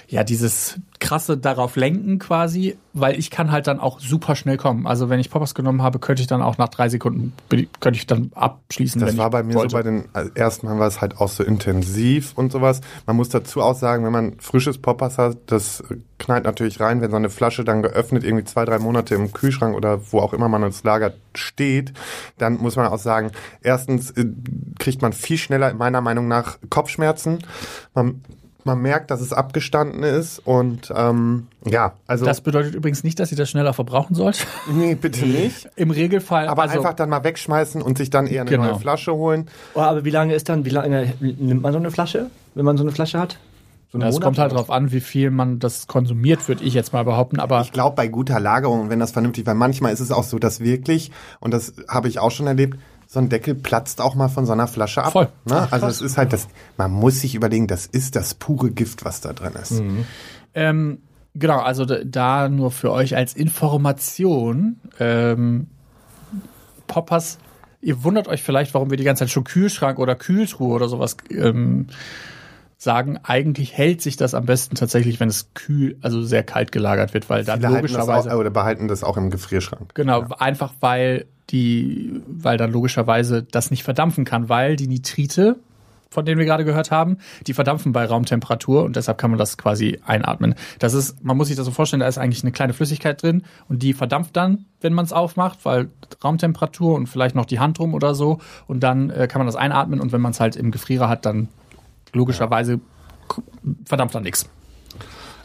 Speaker 1: ja, dieses krasse darauf lenken quasi, weil ich kann halt dann auch super schnell kommen. Also wenn ich Poppers genommen habe, könnte ich dann auch nach drei Sekunden, bin ich- könnte ich dann abschließen.
Speaker 3: Das
Speaker 1: wenn
Speaker 3: war
Speaker 1: ich
Speaker 3: bei mir
Speaker 1: wollte.
Speaker 3: so bei den also ersten Mal war es halt auch so intensiv und sowas. Man muss dazu auch sagen, wenn man frisches Poppers hat, das knallt natürlich rein, wenn so eine Flasche dann geöffnet irgendwie zwei, drei Monate im Kühlschrank oder wo auch immer man ins Lager steht, dann muss man auch sagen, erstens äh, kriegt man viel schneller meiner Meinung nach Kopfschmerzen. Man, man merkt, dass es abgestanden ist und ähm, ja, also
Speaker 1: Das bedeutet übrigens nicht, dass ihr das schneller verbrauchen sollt.
Speaker 3: nee, bitte nicht.
Speaker 1: Im Regelfall.
Speaker 3: Aber
Speaker 1: also,
Speaker 3: einfach dann mal wegschmeißen und sich dann eher eine
Speaker 1: Genau.
Speaker 3: neue Flasche holen.
Speaker 2: Oh, aber wie lange ist dann, wie lange nimmt man so eine Flasche, wenn man so eine Flasche hat? So einen
Speaker 1: es
Speaker 2: Monat
Speaker 1: kommt halt
Speaker 2: oder was?
Speaker 1: drauf an, wie viel man das konsumiert, würde ich jetzt mal behaupten. Aber
Speaker 3: Ich glaube, bei guter Lagerung, und wenn das vernünftig, weil manchmal ist es auch so, dass wirklich, und das habe ich auch schon erlebt, so ein Deckel platzt auch mal von so einer Flasche ab.
Speaker 1: Voll.
Speaker 3: Ne? Also es ist halt das, man muss sich überlegen, das ist das pure Gift, was da drin ist.
Speaker 1: Mhm. Ähm, genau, also da- da nur für euch als Information. Ähm, Poppers, ihr wundert euch vielleicht, warum wir die ganze Zeit schon Kühlschrank oder Kühltruhe oder sowas ähm, sagen. Eigentlich hält sich das am besten tatsächlich, wenn es kühl, also sehr kalt gelagert wird, weil dann
Speaker 3: Viele halten das auch,
Speaker 1: logischerweise.
Speaker 3: oder behalten das auch im Gefrierschrank.
Speaker 1: Genau, einfach weil die, weil dann logischerweise das nicht verdampfen kann, weil die Nitrite, von denen wir gerade gehört haben, die verdampfen bei Raumtemperatur und deshalb kann man das quasi einatmen. Das ist, man muss sich das so vorstellen, da ist eigentlich eine kleine Flüssigkeit drin und die verdampft dann, wenn man es aufmacht, weil Raumtemperatur und vielleicht noch die Hand rum oder so und dann äh, kann man das einatmen und wenn man es halt im Gefrierer hat, dann logischerweise k- verdampft dann nichts.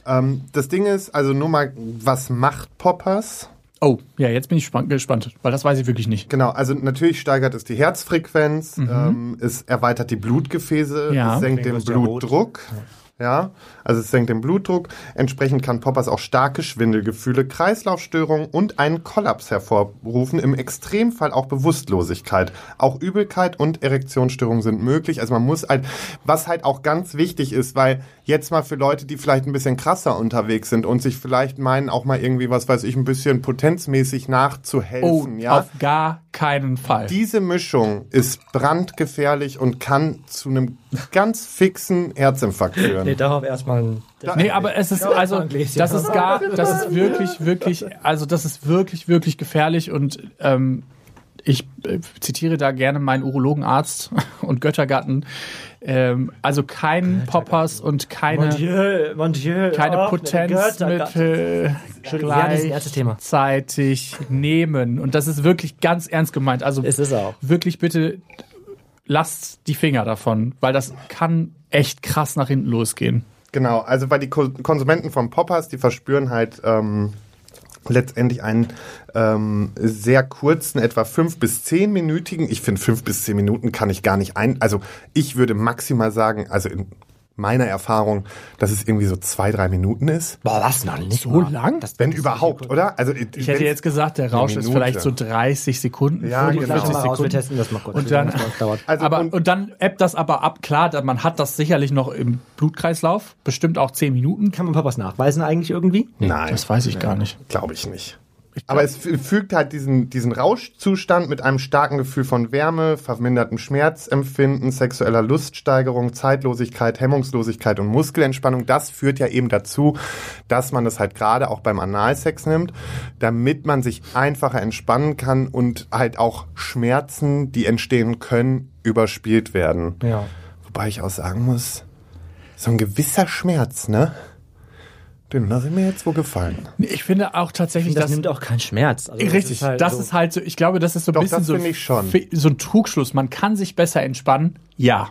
Speaker 3: Ähm, das Ding ist, also nur mal, was macht Poppers?
Speaker 1: Oh, ja, jetzt bin ich span- gespannt, weil das weiß ich wirklich nicht.
Speaker 3: Genau, also natürlich steigert es die Herzfrequenz, ähm, es erweitert die Blutgefäße,
Speaker 1: Mhm. Ja.
Speaker 3: es senkt den
Speaker 2: Deswegen wirst du ja rot.
Speaker 3: Blutdruck. Ja. Ja, also es senkt den Blutdruck. Entsprechend kann Poppers auch starke Schwindelgefühle, Kreislaufstörungen und einen Kollaps hervorrufen. Im Extremfall auch Bewusstlosigkeit. Auch Übelkeit und Erektionsstörungen sind möglich. Also man muss halt, was halt auch ganz wichtig ist, weil jetzt mal für Leute, die vielleicht ein bisschen krasser unterwegs sind und sich vielleicht meinen, auch mal irgendwie, was weiß ich, ein bisschen potenzmäßig
Speaker 1: Oh,
Speaker 3: nachzuhelfen, ja.
Speaker 1: auf gar keinen Fall.
Speaker 3: Diese Mischung ist brandgefährlich und kann zu einem ganz fixen Herzinfarkt führen.
Speaker 2: Nee, darauf erstmal ein.
Speaker 3: Genau.
Speaker 1: Nee, aber es ist also
Speaker 2: ein Gläschen.
Speaker 1: das ist gar das ist wirklich wirklich also das ist wirklich wirklich gefährlich und ähm, ich äh, zitiere da gerne meinen Urologenarzt und Göttergatten. Ähm, also keinen Poppers und
Speaker 2: Mon
Speaker 1: keine
Speaker 2: Dieu, mon Dieu.
Speaker 1: keine äh,
Speaker 2: oh, Götter,
Speaker 1: Potenzmittel
Speaker 2: Entschuldigung, ja, das ist ein ernstes Thema.
Speaker 1: gleichzeitig nehmen. Und das ist wirklich ganz ernst gemeint. Also
Speaker 2: Es ist auch.
Speaker 1: wirklich bitte lasst die Finger davon, weil das kann echt krass nach hinten losgehen.
Speaker 3: Genau, also weil die Ko Konsumenten von Poppers, die verspüren halt ähm, letztendlich einen ähm, sehr kurzen, etwa fünf bis zehnminütigen, ich finde fünf bis zehn Minuten kann ich gar nicht ein, also ich würde maximal sagen, also in meiner Erfahrung, dass es irgendwie so zwei, drei Minuten ist.
Speaker 2: Boah, was noch nicht?
Speaker 1: So lang?
Speaker 2: Das,
Speaker 3: Wenn überhaupt, oder? Also
Speaker 1: Ich hätte jetzt gesagt, der Rausch ist
Speaker 3: Minute.
Speaker 1: vielleicht so 30 Sekunden,
Speaker 3: Ja,
Speaker 2: ich
Speaker 3: genau.
Speaker 1: 40
Speaker 2: lache mal raus, wir
Speaker 1: Sekunden.
Speaker 2: testen das mal kurz.
Speaker 1: Und dann-
Speaker 2: Das dauert.
Speaker 3: Also
Speaker 1: aber,
Speaker 3: und-
Speaker 1: und, dann ebbt das aber ab. Klar, da- man hat das sicherlich noch im Blutkreislauf, bestimmt auch 10 Minuten.
Speaker 2: Kann man Papas nachweisen eigentlich irgendwie?
Speaker 3: Nein.
Speaker 1: Das weiß ich gar nicht.
Speaker 3: Glaube ich nicht. Aber es fü- fügt halt diesen, diesen Rauschzustand mit einem starken Gefühl von Wärme, vermindertem Schmerzempfinden, sexueller Luststeigerung, Zeitlosigkeit, Hemmungslosigkeit und Muskelentspannung. Das führt ja eben dazu, dass man das halt gerade auch beim Analsex nimmt, damit man sich einfacher entspannen kann und halt auch Schmerzen, die entstehen können, überspielt werden.
Speaker 2: Ja.
Speaker 3: Wobei ich auch sagen muss, so ein gewisser Schmerz, ne? Den lasse ich mir jetzt wohl gefallen.
Speaker 1: Ich finde auch tatsächlich,
Speaker 2: Das,
Speaker 1: dass
Speaker 2: nimmt auch keinen Schmerz. Also,
Speaker 1: Richtig, das ist halt,
Speaker 2: so-
Speaker 1: so, ich glaube, das ist so ein
Speaker 3: Doch,
Speaker 1: bisschen
Speaker 3: das
Speaker 1: so,
Speaker 3: finde ich schon.
Speaker 1: fi- so ein Trugschluss. Man kann sich besser entspannen, ja.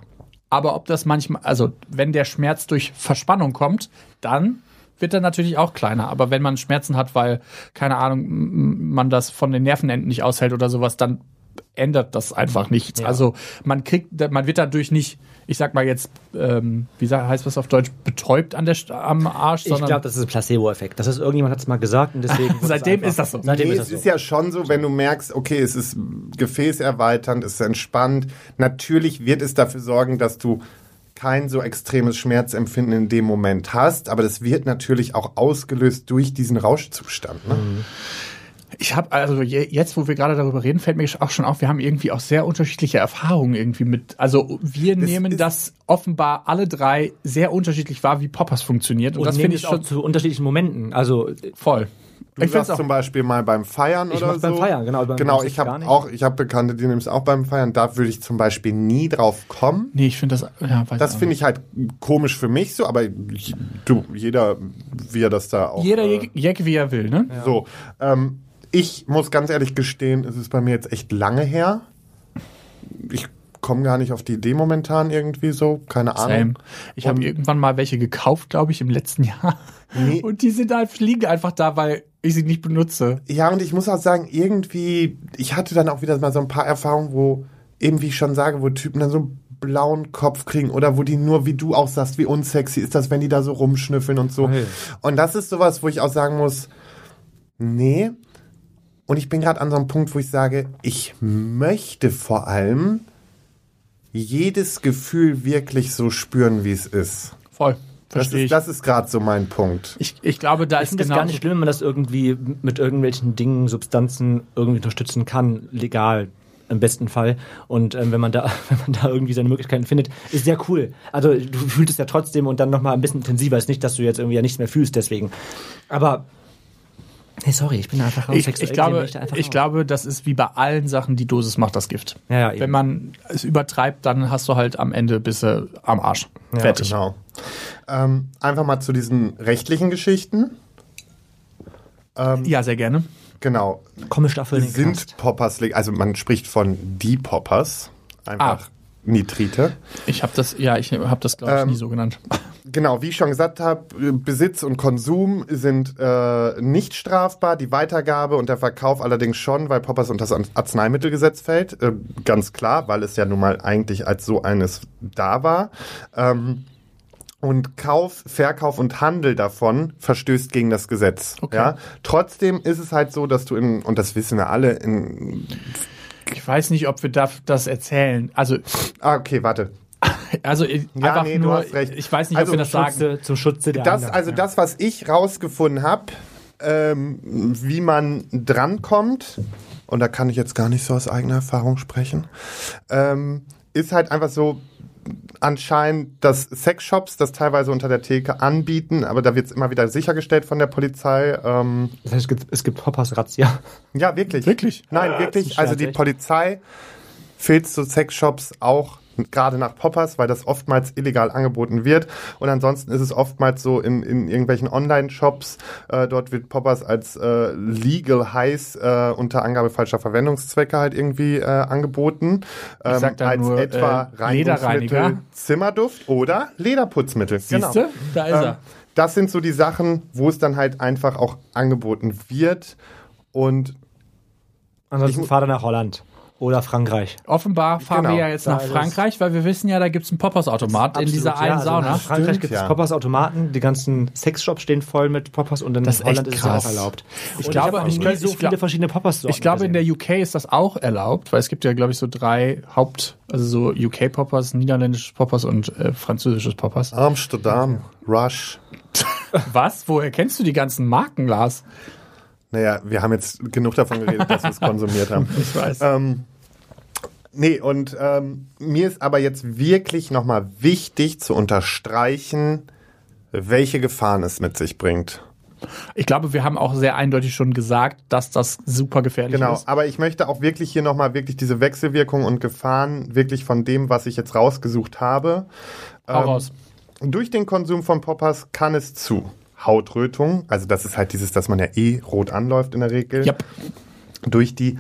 Speaker 1: Aber ob das manchmal, also wenn der Schmerz durch Verspannung kommt, dann wird er natürlich auch kleiner. Aber wenn man Schmerzen hat, weil, keine Ahnung, m- man das von den Nervenenden nicht aushält oder sowas, dann ändert das einfach nichts. Also man kriegt, man wird dadurch nicht, ich sag mal jetzt, ähm, wie sa- heißt das auf Deutsch, betäubt an der, St- am Arsch,
Speaker 2: Ich
Speaker 1: sondern
Speaker 2: glaube, das ist ein Placebo-Effekt. Das ist irgendjemand hat es mal gesagt und deswegen. wurde
Speaker 1: Seitdem
Speaker 2: es
Speaker 1: ist das so.
Speaker 2: Seitdem
Speaker 3: Nee,
Speaker 2: ist
Speaker 3: es
Speaker 2: das so.
Speaker 3: ist ja schon so, wenn du merkst, okay, es ist gefäßerweiternd, es ist entspannt. Natürlich wird es dafür sorgen, dass du kein so extremes Schmerzempfinden in dem Moment hast, aber das wird natürlich auch ausgelöst durch diesen Rauschzustand. Ne?
Speaker 2: Mhm.
Speaker 1: Ich habe also je, jetzt, wo wir gerade darüber reden, fällt mir auch schon auf, wir haben irgendwie auch sehr unterschiedliche Erfahrungen irgendwie mit. Also wir nehmen
Speaker 3: ist-
Speaker 1: das offenbar alle drei sehr unterschiedlich wahr, wie Poppers funktioniert. Und,
Speaker 2: Und
Speaker 1: das finde ich
Speaker 2: auch
Speaker 1: schon
Speaker 2: zu unterschiedlichen Momenten. Also
Speaker 1: voll.
Speaker 3: Du
Speaker 1: Ich finde
Speaker 3: sagst
Speaker 1: es auch.
Speaker 3: zum Beispiel mal beim Feiern
Speaker 2: Ich
Speaker 3: oder
Speaker 2: mach's
Speaker 3: so.
Speaker 2: beim Feiern, genau, beim
Speaker 3: genau,
Speaker 2: Sex
Speaker 3: ich
Speaker 2: gar
Speaker 3: habe
Speaker 2: nicht.
Speaker 3: auch, ich habe Bekannte, die nehmen es auch beim Feiern. Da würde ich zum Beispiel nie drauf kommen.
Speaker 1: Nee, ich finde das. Ja, weiß
Speaker 3: Das finde ich halt komisch für mich so, aber ich- du, jeder, wie er das da auch.
Speaker 1: Jeder
Speaker 3: äh,
Speaker 1: Jack, Jack, wie er will, ne?
Speaker 3: So, ähm, ich muss ganz ehrlich gestehen, es ist bei mir jetzt echt lange her. Ich komme gar nicht auf die Idee momentan irgendwie so, keine
Speaker 1: Same.
Speaker 3: Ahnung.
Speaker 1: Ich habe
Speaker 3: Und-
Speaker 1: irgendwann mal welche gekauft, glaube ich, im letzten Jahr.
Speaker 3: Nee.
Speaker 1: Und die sind halt, liegen einfach da, weil ich sie nicht benutze.
Speaker 3: Ja, und ich muss auch sagen, irgendwie, ich hatte dann auch wieder mal so ein paar Erfahrungen, wo eben, wie ich schon sage, wo Typen dann so einen blauen Kopf kriegen oder wo die nur, wie du auch sagst, wie unsexy ist das, wenn die da so rumschnüffeln und so.
Speaker 2: Hey.
Speaker 3: Und das ist sowas, wo ich auch sagen muss, nee. Und ich bin gerade an so einem Punkt, wo ich sage, ich möchte vor allem jedes Gefühl wirklich so spüren, wie es ist.
Speaker 1: Voll.
Speaker 3: Das
Speaker 1: Verstehe
Speaker 3: ist,
Speaker 1: ich.
Speaker 3: das ist gerade so mein Punkt.
Speaker 1: ich. Ich glaube, da
Speaker 2: ich
Speaker 1: ist
Speaker 2: finde es
Speaker 1: genau.
Speaker 2: gar nicht schlimm, wenn man das irgendwie mit irgendwelchen Dingen, Substanzen irgendwie unterstützen kann, legal im besten Fall. Und ähm, wenn man da, wenn man da irgendwie seine Möglichkeiten findet, ist sehr cool. Also du fühlst es ja trotzdem und dann nochmal ein bisschen intensiver. Ist nicht, dass du jetzt irgendwie ja nichts mehr fühlst, deswegen. Aber hey, sorry, ich bin da einfach
Speaker 1: Ich,
Speaker 2: sexuell
Speaker 1: ich, glaube,
Speaker 2: gesehen bin da einfach
Speaker 1: ich
Speaker 2: raus.
Speaker 1: glaube, das ist wie bei allen Sachen, die Dosis macht das Gift.
Speaker 2: Ja, ja, eben.
Speaker 1: Wenn man es übertreibt, dann hast du halt am Ende bist du am Arsch. Fertig.
Speaker 3: Genau. Ähm, einfach mal zu diesen rechtlichen Geschichten.
Speaker 1: Ja, sehr gerne.
Speaker 3: Genau.
Speaker 2: komme Staffel in den Knast.
Speaker 3: Sind Poppers, leg- also man spricht von die Poppers, einfach
Speaker 1: Ah.
Speaker 3: Nitrite.
Speaker 1: Ich habe das, ja, ich habe das glaube ich nie so genannt.
Speaker 3: Genau, wie ich schon gesagt habe, Besitz und Konsum sind äh, nicht strafbar, die Weitergabe und der Verkauf allerdings schon, weil Poppers unter das Arzneimittelgesetz fällt. Äh, ganz klar, weil es ja nun mal eigentlich als so eines da war. Ähm, und Kauf, Verkauf und Handel davon verstößt gegen das Gesetz.
Speaker 1: Okay.
Speaker 3: Ja? Trotzdem ist es halt so, dass du in, und das wissen wir alle, in,
Speaker 1: Ich weiß nicht, ob wir da, das erzählen. Also,
Speaker 3: ah, okay, warte.
Speaker 1: also ich-
Speaker 3: Ja,
Speaker 1: einfach
Speaker 3: nee, du
Speaker 1: nur,
Speaker 3: hast recht.
Speaker 1: ich weiß nicht,
Speaker 3: Also,
Speaker 1: ob wir das sagen.
Speaker 2: Schutze, zum Schutze der
Speaker 3: Das,
Speaker 2: anderen.
Speaker 3: also das, was ich rausgefunden habe, ähm, wie man drankommt, und da kann ich jetzt gar nicht so aus eigener Erfahrung sprechen, ähm, ist halt einfach so anscheinend, dass Sexshops das teilweise unter der Theke anbieten, aber da wird es immer wieder sichergestellt von der Polizei. Ähm,
Speaker 2: das heißt, es gibt, es gibt Hoppers Razzia.
Speaker 3: ja, wirklich.
Speaker 1: Wirklich?
Speaker 3: Nein, wirklich.
Speaker 2: ist
Speaker 3: Also die
Speaker 2: echt.
Speaker 3: Polizei filzt zu Sexshops auch gerade nach Poppers, weil das oftmals illegal angeboten wird. Und ansonsten ist es oftmals so in, in irgendwelchen Online-Shops. Äh, dort wird Poppers als äh, legal heiß äh, unter Angabe falscher Verwendungszwecke halt irgendwie äh, angeboten. Ähm,
Speaker 1: sag da
Speaker 3: als
Speaker 1: nur,
Speaker 3: etwa
Speaker 1: äh,
Speaker 3: Reinigungsmittel,
Speaker 1: Lederreiniger.
Speaker 3: Zimmerduft oder Lederputzmittel.
Speaker 1: Siehste? Da ist
Speaker 3: Ähm,
Speaker 1: er.
Speaker 3: das sind so die Sachen, wo es dann halt einfach auch angeboten wird. Und
Speaker 2: Ansonsten fahr dann nach Holland oder Frankreich.
Speaker 1: Offenbar fahren
Speaker 3: Genau.
Speaker 1: wir ja jetzt
Speaker 2: Da
Speaker 1: nach
Speaker 2: ist-
Speaker 1: Frankreich, weil wir wissen ja, da gibt's einen Poppers-Automat in
Speaker 2: Absolut,
Speaker 1: dieser
Speaker 2: ja,
Speaker 1: einen
Speaker 2: also
Speaker 1: Sauna.
Speaker 2: In Frankreich
Speaker 3: Stimmt,
Speaker 2: gibt es
Speaker 3: ja.
Speaker 2: Poppers Automaten, die ganzen Sexshops stehen voll mit Poppers und in
Speaker 1: Das ist
Speaker 2: Holland
Speaker 1: echt
Speaker 2: ist es ja auch
Speaker 1: krass.
Speaker 2: erlaubt.
Speaker 1: Ich
Speaker 2: Und
Speaker 1: glaube,
Speaker 2: hab noch
Speaker 1: ich
Speaker 2: nie
Speaker 1: könnte-
Speaker 2: so
Speaker 1: ich glaub-
Speaker 2: viele verschiedene Poppers
Speaker 1: Ich glaube, in der UK ist das auch erlaubt, weil es gibt ja, glaube ich, so drei Haupt, also so UK-Poppers, niederländisches Poppers und äh, französisches Poppers.
Speaker 3: Amsterdam, Rush.
Speaker 1: Was? Woher kennst du die ganzen Marken, Lars?
Speaker 3: Naja, wir haben jetzt genug davon geredet, dass wir es konsumiert haben.
Speaker 1: Ich weiß.
Speaker 3: Ähm, nee, und ähm, mir ist aber jetzt wirklich nochmal wichtig zu unterstreichen, welche Gefahren es mit sich bringt.
Speaker 1: Ich glaube, wir haben auch sehr eindeutig schon gesagt, dass das super gefährlich
Speaker 3: Genau,
Speaker 1: ist.
Speaker 3: aber ich möchte auch wirklich hier nochmal wirklich diese Wechselwirkung und Gefahren wirklich von dem, was ich jetzt rausgesucht habe,
Speaker 1: Hau raus.
Speaker 3: Durch den Konsum von Poppers kann es zu Hautrötung, also das ist halt dieses, dass man ja eh rot anläuft in der Regel,
Speaker 1: Yep.
Speaker 3: durch die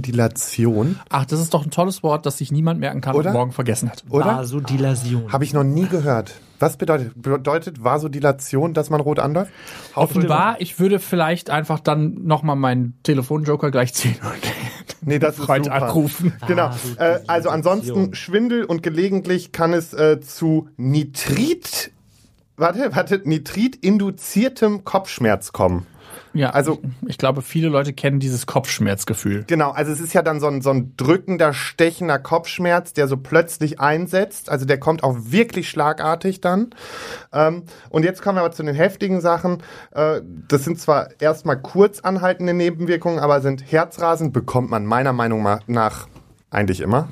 Speaker 3: Vasodilation,
Speaker 1: Ach, das ist doch ein tolles Wort, das sich niemand merken kann
Speaker 3: Oder?
Speaker 1: und morgen vergessen hat.
Speaker 3: oder?
Speaker 2: Also Vasodilation.
Speaker 3: Habe ich noch nie gehört. Was bedeutet, bedeutet Vasodilation, dass man rot anläuft?
Speaker 1: Offenbar, ich würde vielleicht einfach dann nochmal meinen Telefonjoker gleich ziehen und
Speaker 3: Nee, das ist
Speaker 1: Freund
Speaker 3: super.
Speaker 1: anrufen.
Speaker 3: Genau. Äh,
Speaker 2: Vasodilation.
Speaker 3: also ansonsten Schwindel und gelegentlich kann es äh, zu Nitrit, warte, warte, Nitrit-induziertem Kopfschmerz kommen.
Speaker 1: Ja,
Speaker 3: Also-
Speaker 1: also ich glaube, viele Leute kennen dieses Kopfschmerzgefühl.
Speaker 3: Genau, also es ist ja dann so ein, so ein drückender, stechender Kopfschmerz, der so plötzlich einsetzt. Also der kommt auch wirklich schlagartig dann. Ähm, und jetzt kommen wir aber zu den heftigen Sachen. Äh, das sind zwar erstmal kurz anhaltende Nebenwirkungen, aber sind Herzrasen, bekommt man meiner Meinung ma- nach eigentlich immer.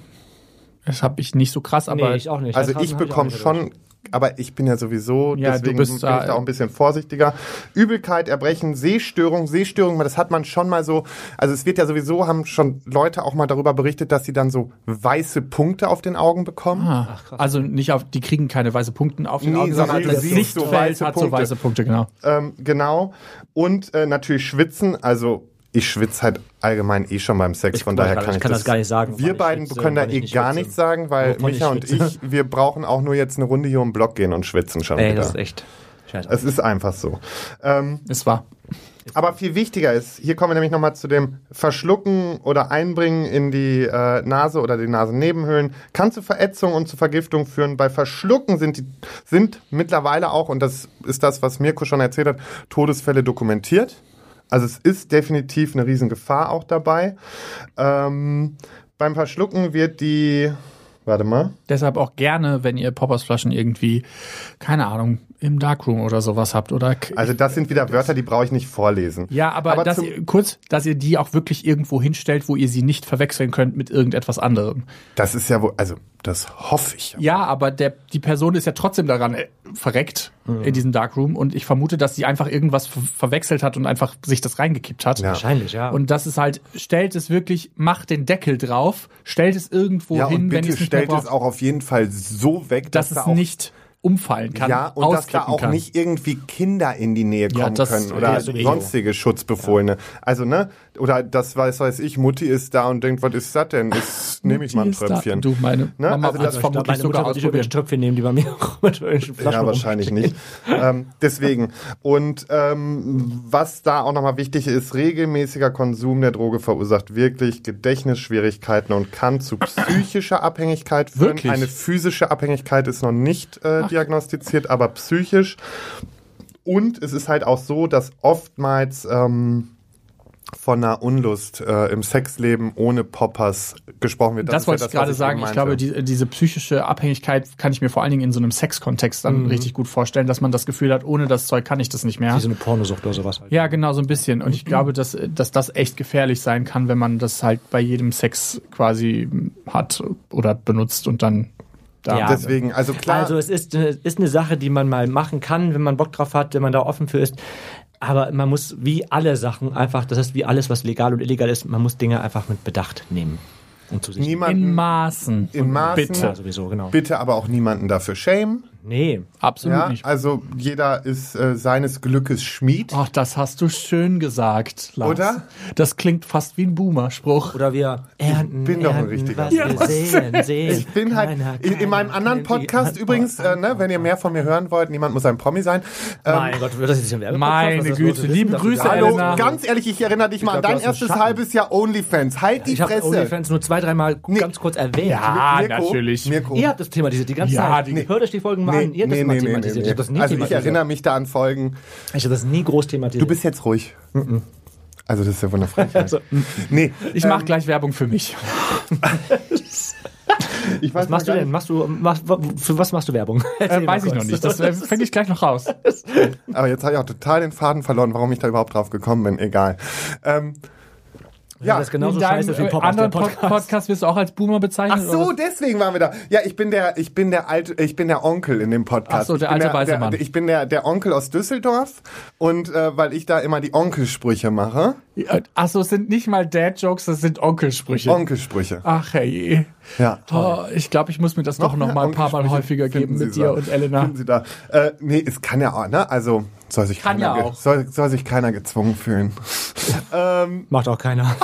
Speaker 1: Das habe ich nicht so krass, aber
Speaker 2: nee, ich auch nicht.
Speaker 3: Also
Speaker 2: Herzrasen
Speaker 3: ich
Speaker 2: hab auch
Speaker 3: bekomme
Speaker 2: nicht
Speaker 3: schon, aber ich bin ja sowieso,
Speaker 1: Ja, du
Speaker 3: deswegen
Speaker 1: bist
Speaker 3: bin
Speaker 1: da-
Speaker 3: ich da auch
Speaker 2: äh,
Speaker 3: ein bisschen vorsichtiger. Übelkeit, Erbrechen, Sehstörung, Sehstörung, das hat man schon mal so, also es wird ja sowieso, haben schon Leute auch mal darüber berichtet, dass sie dann so weiße Punkte auf den Augen bekommen.
Speaker 1: Ah, also nicht auf, die kriegen keine weiße Punkte auf den
Speaker 3: Nee,
Speaker 1: Augen, sondern
Speaker 3: sondern
Speaker 1: das
Speaker 3: du siehst so
Speaker 1: Lichtfeld
Speaker 3: weiße
Speaker 1: hat so
Speaker 3: Punkte.
Speaker 1: weiße Punkte, genau.
Speaker 3: Ähm, genau. Und äh, natürlich schwitzen, also ich schwitze halt allgemein eh schon beim Sex, von daher kann ich,
Speaker 2: kann das gar nicht sagen, wann
Speaker 3: Wir
Speaker 2: ich
Speaker 3: beiden
Speaker 2: schwitze,
Speaker 3: können da
Speaker 2: wann ich
Speaker 3: eh
Speaker 2: nicht
Speaker 3: gar
Speaker 2: schwitze.
Speaker 3: nichts sagen, weil
Speaker 2: Wovon ich
Speaker 3: Micha und
Speaker 2: schwitze.
Speaker 3: ich, wir brauchen auch nur jetzt eine Runde hier im Block gehen und schwitzen schon
Speaker 2: Ey,
Speaker 3: wieder.
Speaker 2: das ist echt scheiße.
Speaker 3: es ist einfach so. Ähm,
Speaker 1: Es war.
Speaker 3: Aber viel wichtiger ist, hier kommen wir nämlich nochmal zu dem Verschlucken oder Einbringen in die äh, Nase oder die Nasennebenhöhlen, kann zu Verätzung und zu Vergiftung führen. Bei Verschlucken sind, die, sind mittlerweile auch, und das ist das, was Mirko schon erzählt hat, Todesfälle dokumentiert. Also es ist definitiv eine Riesengefahr auch dabei. Ähm, beim Verschlucken wird die, warte mal,
Speaker 1: Deshalb auch gerne, wenn ihr Poppersflaschen irgendwie, keine Ahnung, im Darkroom oder sowas habt oder k-
Speaker 3: also das sind wieder Wörter, die brauche ich nicht vorlesen.
Speaker 1: ja, aber, dass
Speaker 3: zum-
Speaker 1: ihr, kurz, dass ihr die auch wirklich irgendwo hinstellt, wo ihr sie nicht verwechseln könnt mit irgendetwas anderem.
Speaker 3: das ist ja wohl, also das hoffe ich.
Speaker 1: Ja, aber der, die Person ist ja trotzdem daran äh, verreckt
Speaker 3: Mhm.
Speaker 1: in diesem Darkroom und ich vermute, dass sie einfach irgendwas ver verwechselt hat und einfach sich das reingekippt hat.
Speaker 3: Ja.
Speaker 2: Wahrscheinlich, ja.
Speaker 1: Und das ist halt, stellt es wirklich, macht den Deckel drauf, stellt es irgendwo
Speaker 3: Ja,
Speaker 1: hin,
Speaker 3: und
Speaker 1: wenn ihr
Speaker 3: bitte
Speaker 1: es nicht mehr
Speaker 3: stellt es
Speaker 1: braucht,
Speaker 3: auch auf jeden Fall so weg,
Speaker 1: dass
Speaker 3: da
Speaker 1: es
Speaker 3: auch,
Speaker 1: nicht umfallen kann,
Speaker 3: ja, und dass da
Speaker 1: ausklicken
Speaker 3: auch
Speaker 1: kann.
Speaker 3: nicht irgendwie Kinder in die Nähe
Speaker 1: Ja,
Speaker 3: kommen
Speaker 1: das-
Speaker 3: können oder
Speaker 1: ja,
Speaker 2: sowieso.
Speaker 3: sonstige Schutzbefohlene. Also, ne, oder das weiß, weiß ich, Mutti ist da und denkt, was ist das denn? Ist, nehme ich mal ein
Speaker 1: Ist da-
Speaker 3: Tröpfchen.
Speaker 1: Du, meine
Speaker 3: Ne?
Speaker 1: Mama wird das
Speaker 3: Also das- ich
Speaker 2: Meine
Speaker 1: vermutlich
Speaker 2: Mutter
Speaker 1: sogar
Speaker 2: wird sich über
Speaker 1: ausprobieren.
Speaker 2: die Tröpfchen nehmen, die bei mir auch mit irgendwelchen Flaschen
Speaker 3: Ja, wahrscheinlich nicht. ähm, deswegen. Und ähm, was da auch nochmal wichtig ist, regelmäßiger Konsum der Droge verursacht wirklich Gedächtnisschwierigkeiten und kann zu psychischer Abhängigkeit führen.
Speaker 1: Wirklich?
Speaker 3: Eine physische Abhängigkeit ist noch nicht äh, diagnostiziert, aber psychisch. Und es ist halt auch so, dass oftmals ähm, von einer Unlust äh, im Sexleben ohne Poppers gesprochen wird.
Speaker 1: Das,
Speaker 3: ist ja
Speaker 1: wollte ich
Speaker 3: was
Speaker 1: gerade sagen.
Speaker 3: eben
Speaker 1: Ich glaube,
Speaker 3: meinte.
Speaker 1: die, diese psychische Abhängigkeit kann ich mir vor allen Dingen in so einem Sexkontext
Speaker 3: Mhm.
Speaker 1: dann richtig gut vorstellen, dass man das Gefühl hat, ohne das Zeug kann ich das nicht mehr.
Speaker 2: Wie so eine Pornosucht oder sowas. Halt.
Speaker 1: Ja, genau, so ein bisschen. Und ich glaube, dass, dass das echt gefährlich sein kann, wenn man das halt bei jedem Sex quasi hat oder benutzt und dann da.
Speaker 2: Ja.
Speaker 3: Deswegen, also klar.
Speaker 2: Also es ist, äh, ist eine Sache, die man mal machen kann, wenn man Bock drauf hat, wenn man da offen für ist. Aber man muss wie alle Sachen einfach, das heißt wie alles, was legal und illegal ist, man muss Dinge einfach mit Bedacht nehmen. Und zu sich
Speaker 3: niemanden
Speaker 1: in Maßen.
Speaker 3: in Maßen.
Speaker 1: Bitte.
Speaker 2: Ja, sowieso, genau.
Speaker 3: Bitte aber auch niemanden dafür schämen.
Speaker 2: Nee.
Speaker 1: Absolut
Speaker 3: Ja,
Speaker 1: nicht.
Speaker 3: also jeder ist äh, seines Glückes Schmied.
Speaker 2: Oh,
Speaker 1: Ach, das hast du schön gesagt, Lars.
Speaker 3: Oder?
Speaker 1: Das klingt fast wie ein Boomer-Spruch.
Speaker 2: Oder wir ernten,
Speaker 3: bin doch ein
Speaker 2: ernten,
Speaker 3: richtiger
Speaker 2: was
Speaker 3: Ja,
Speaker 2: wir
Speaker 1: was
Speaker 2: sehen, sehen.
Speaker 3: Ich bin halt
Speaker 2: Keiner,
Speaker 3: in, in meinem
Speaker 2: keiner
Speaker 3: anderen
Speaker 2: kennt die
Speaker 3: Podcast
Speaker 2: Antwort.
Speaker 3: übrigens, äh, ne, wenn ihr mehr von mir hören wollt, niemand muss ein Promi sein. Ähm,
Speaker 2: Mein Gott, wird das jetzt ein Werbepodcast?
Speaker 1: Meine
Speaker 2: Was ist das
Speaker 1: Güte,
Speaker 2: los? Wir
Speaker 1: liebe
Speaker 2: wissen, dass du
Speaker 1: Grüße,
Speaker 2: da-
Speaker 3: hallo,
Speaker 1: Elena.
Speaker 3: ganz ehrlich, ich erinnere dich mal an
Speaker 2: glaub, du
Speaker 3: dein
Speaker 2: hast einen
Speaker 3: erstes
Speaker 2: Schatten.
Speaker 3: halbes Jahr OnlyFans. Halt die
Speaker 2: Ich habe
Speaker 3: Fresse.
Speaker 2: OnlyFans Ah, nur zwei, dreimal ganz kurz erwähnt.
Speaker 1: Ja, natürlich.
Speaker 3: Mirko.
Speaker 2: Ihr habt das Thema diese die ganze
Speaker 1: Ja,
Speaker 2: Zeit.
Speaker 1: die- Nee.
Speaker 2: Hört euch die Folgen mal
Speaker 3: Nee,
Speaker 2: an. Ihr habt das
Speaker 3: nee,
Speaker 2: mal
Speaker 3: nee, nee,
Speaker 2: thematisiert.
Speaker 3: nee,
Speaker 2: Ich hab das nie
Speaker 3: nee. Also ich
Speaker 2: thematisiert.
Speaker 3: erinnere mich da an Folgen.
Speaker 2: Ich habe das nie groß thematisiert.
Speaker 3: Du bist jetzt ruhig. Also das ist ja wunderbar.
Speaker 2: Also,
Speaker 3: Nee,
Speaker 1: Ich
Speaker 3: ähm,
Speaker 1: mache gleich Werbung für mich.
Speaker 3: ich
Speaker 2: was
Speaker 3: weiß
Speaker 2: machst du
Speaker 3: mal gar
Speaker 2: denn? Machst du, machst, wa- für was machst du Werbung? Erzähl
Speaker 1: Äh,
Speaker 2: mal
Speaker 1: weiß ich
Speaker 2: kurz.
Speaker 1: noch nicht. Das äh, finde ich gleich noch raus.
Speaker 3: nicht. Aber jetzt habe ich auch total den Faden verloren, warum ich da überhaupt drauf gekommen bin. Egal. Ähm, ja,
Speaker 2: Das ist genauso
Speaker 1: in deinem
Speaker 2: scheiße wie
Speaker 1: äh,
Speaker 2: Pop
Speaker 1: anderen
Speaker 2: Podcast.
Speaker 1: Podcast. Podcast wirst du auch als Boomer bezeichnet.
Speaker 3: Ach so, deswegen waren wir da. Ja, ich bin der, ich bin der alte, ich bin der Onkel in dem Podcast.
Speaker 1: Ach so, der
Speaker 3: Ich bin
Speaker 1: alte weiße
Speaker 3: der,
Speaker 1: Mann.
Speaker 3: Ich bin der, der Onkel aus Düsseldorf und äh, weil ich da immer die Onkelsprüche mache.
Speaker 1: Oder? Ach so, es sind nicht mal Dad-Jokes, das sind Onkelsprüche.
Speaker 3: Onkelsprüche.
Speaker 1: Ach hey.
Speaker 3: Ja.
Speaker 1: Oh, ich glaube, ich muss mir das doch noch
Speaker 3: mehr
Speaker 1: mal ein paar Mal
Speaker 3: Onkelsprüche
Speaker 1: häufiger geben
Speaker 3: finden
Speaker 1: mit
Speaker 3: Sie
Speaker 1: dir
Speaker 3: so.
Speaker 1: und Elena.
Speaker 3: Finden Sie da. Äh, nee, es kann ja auch, ne? Also soll sich
Speaker 1: Kann
Speaker 3: keiner
Speaker 1: ja
Speaker 3: ge-
Speaker 1: auch.
Speaker 3: Soll, soll sich keiner gezwungen fühlen.
Speaker 2: Macht auch keiner.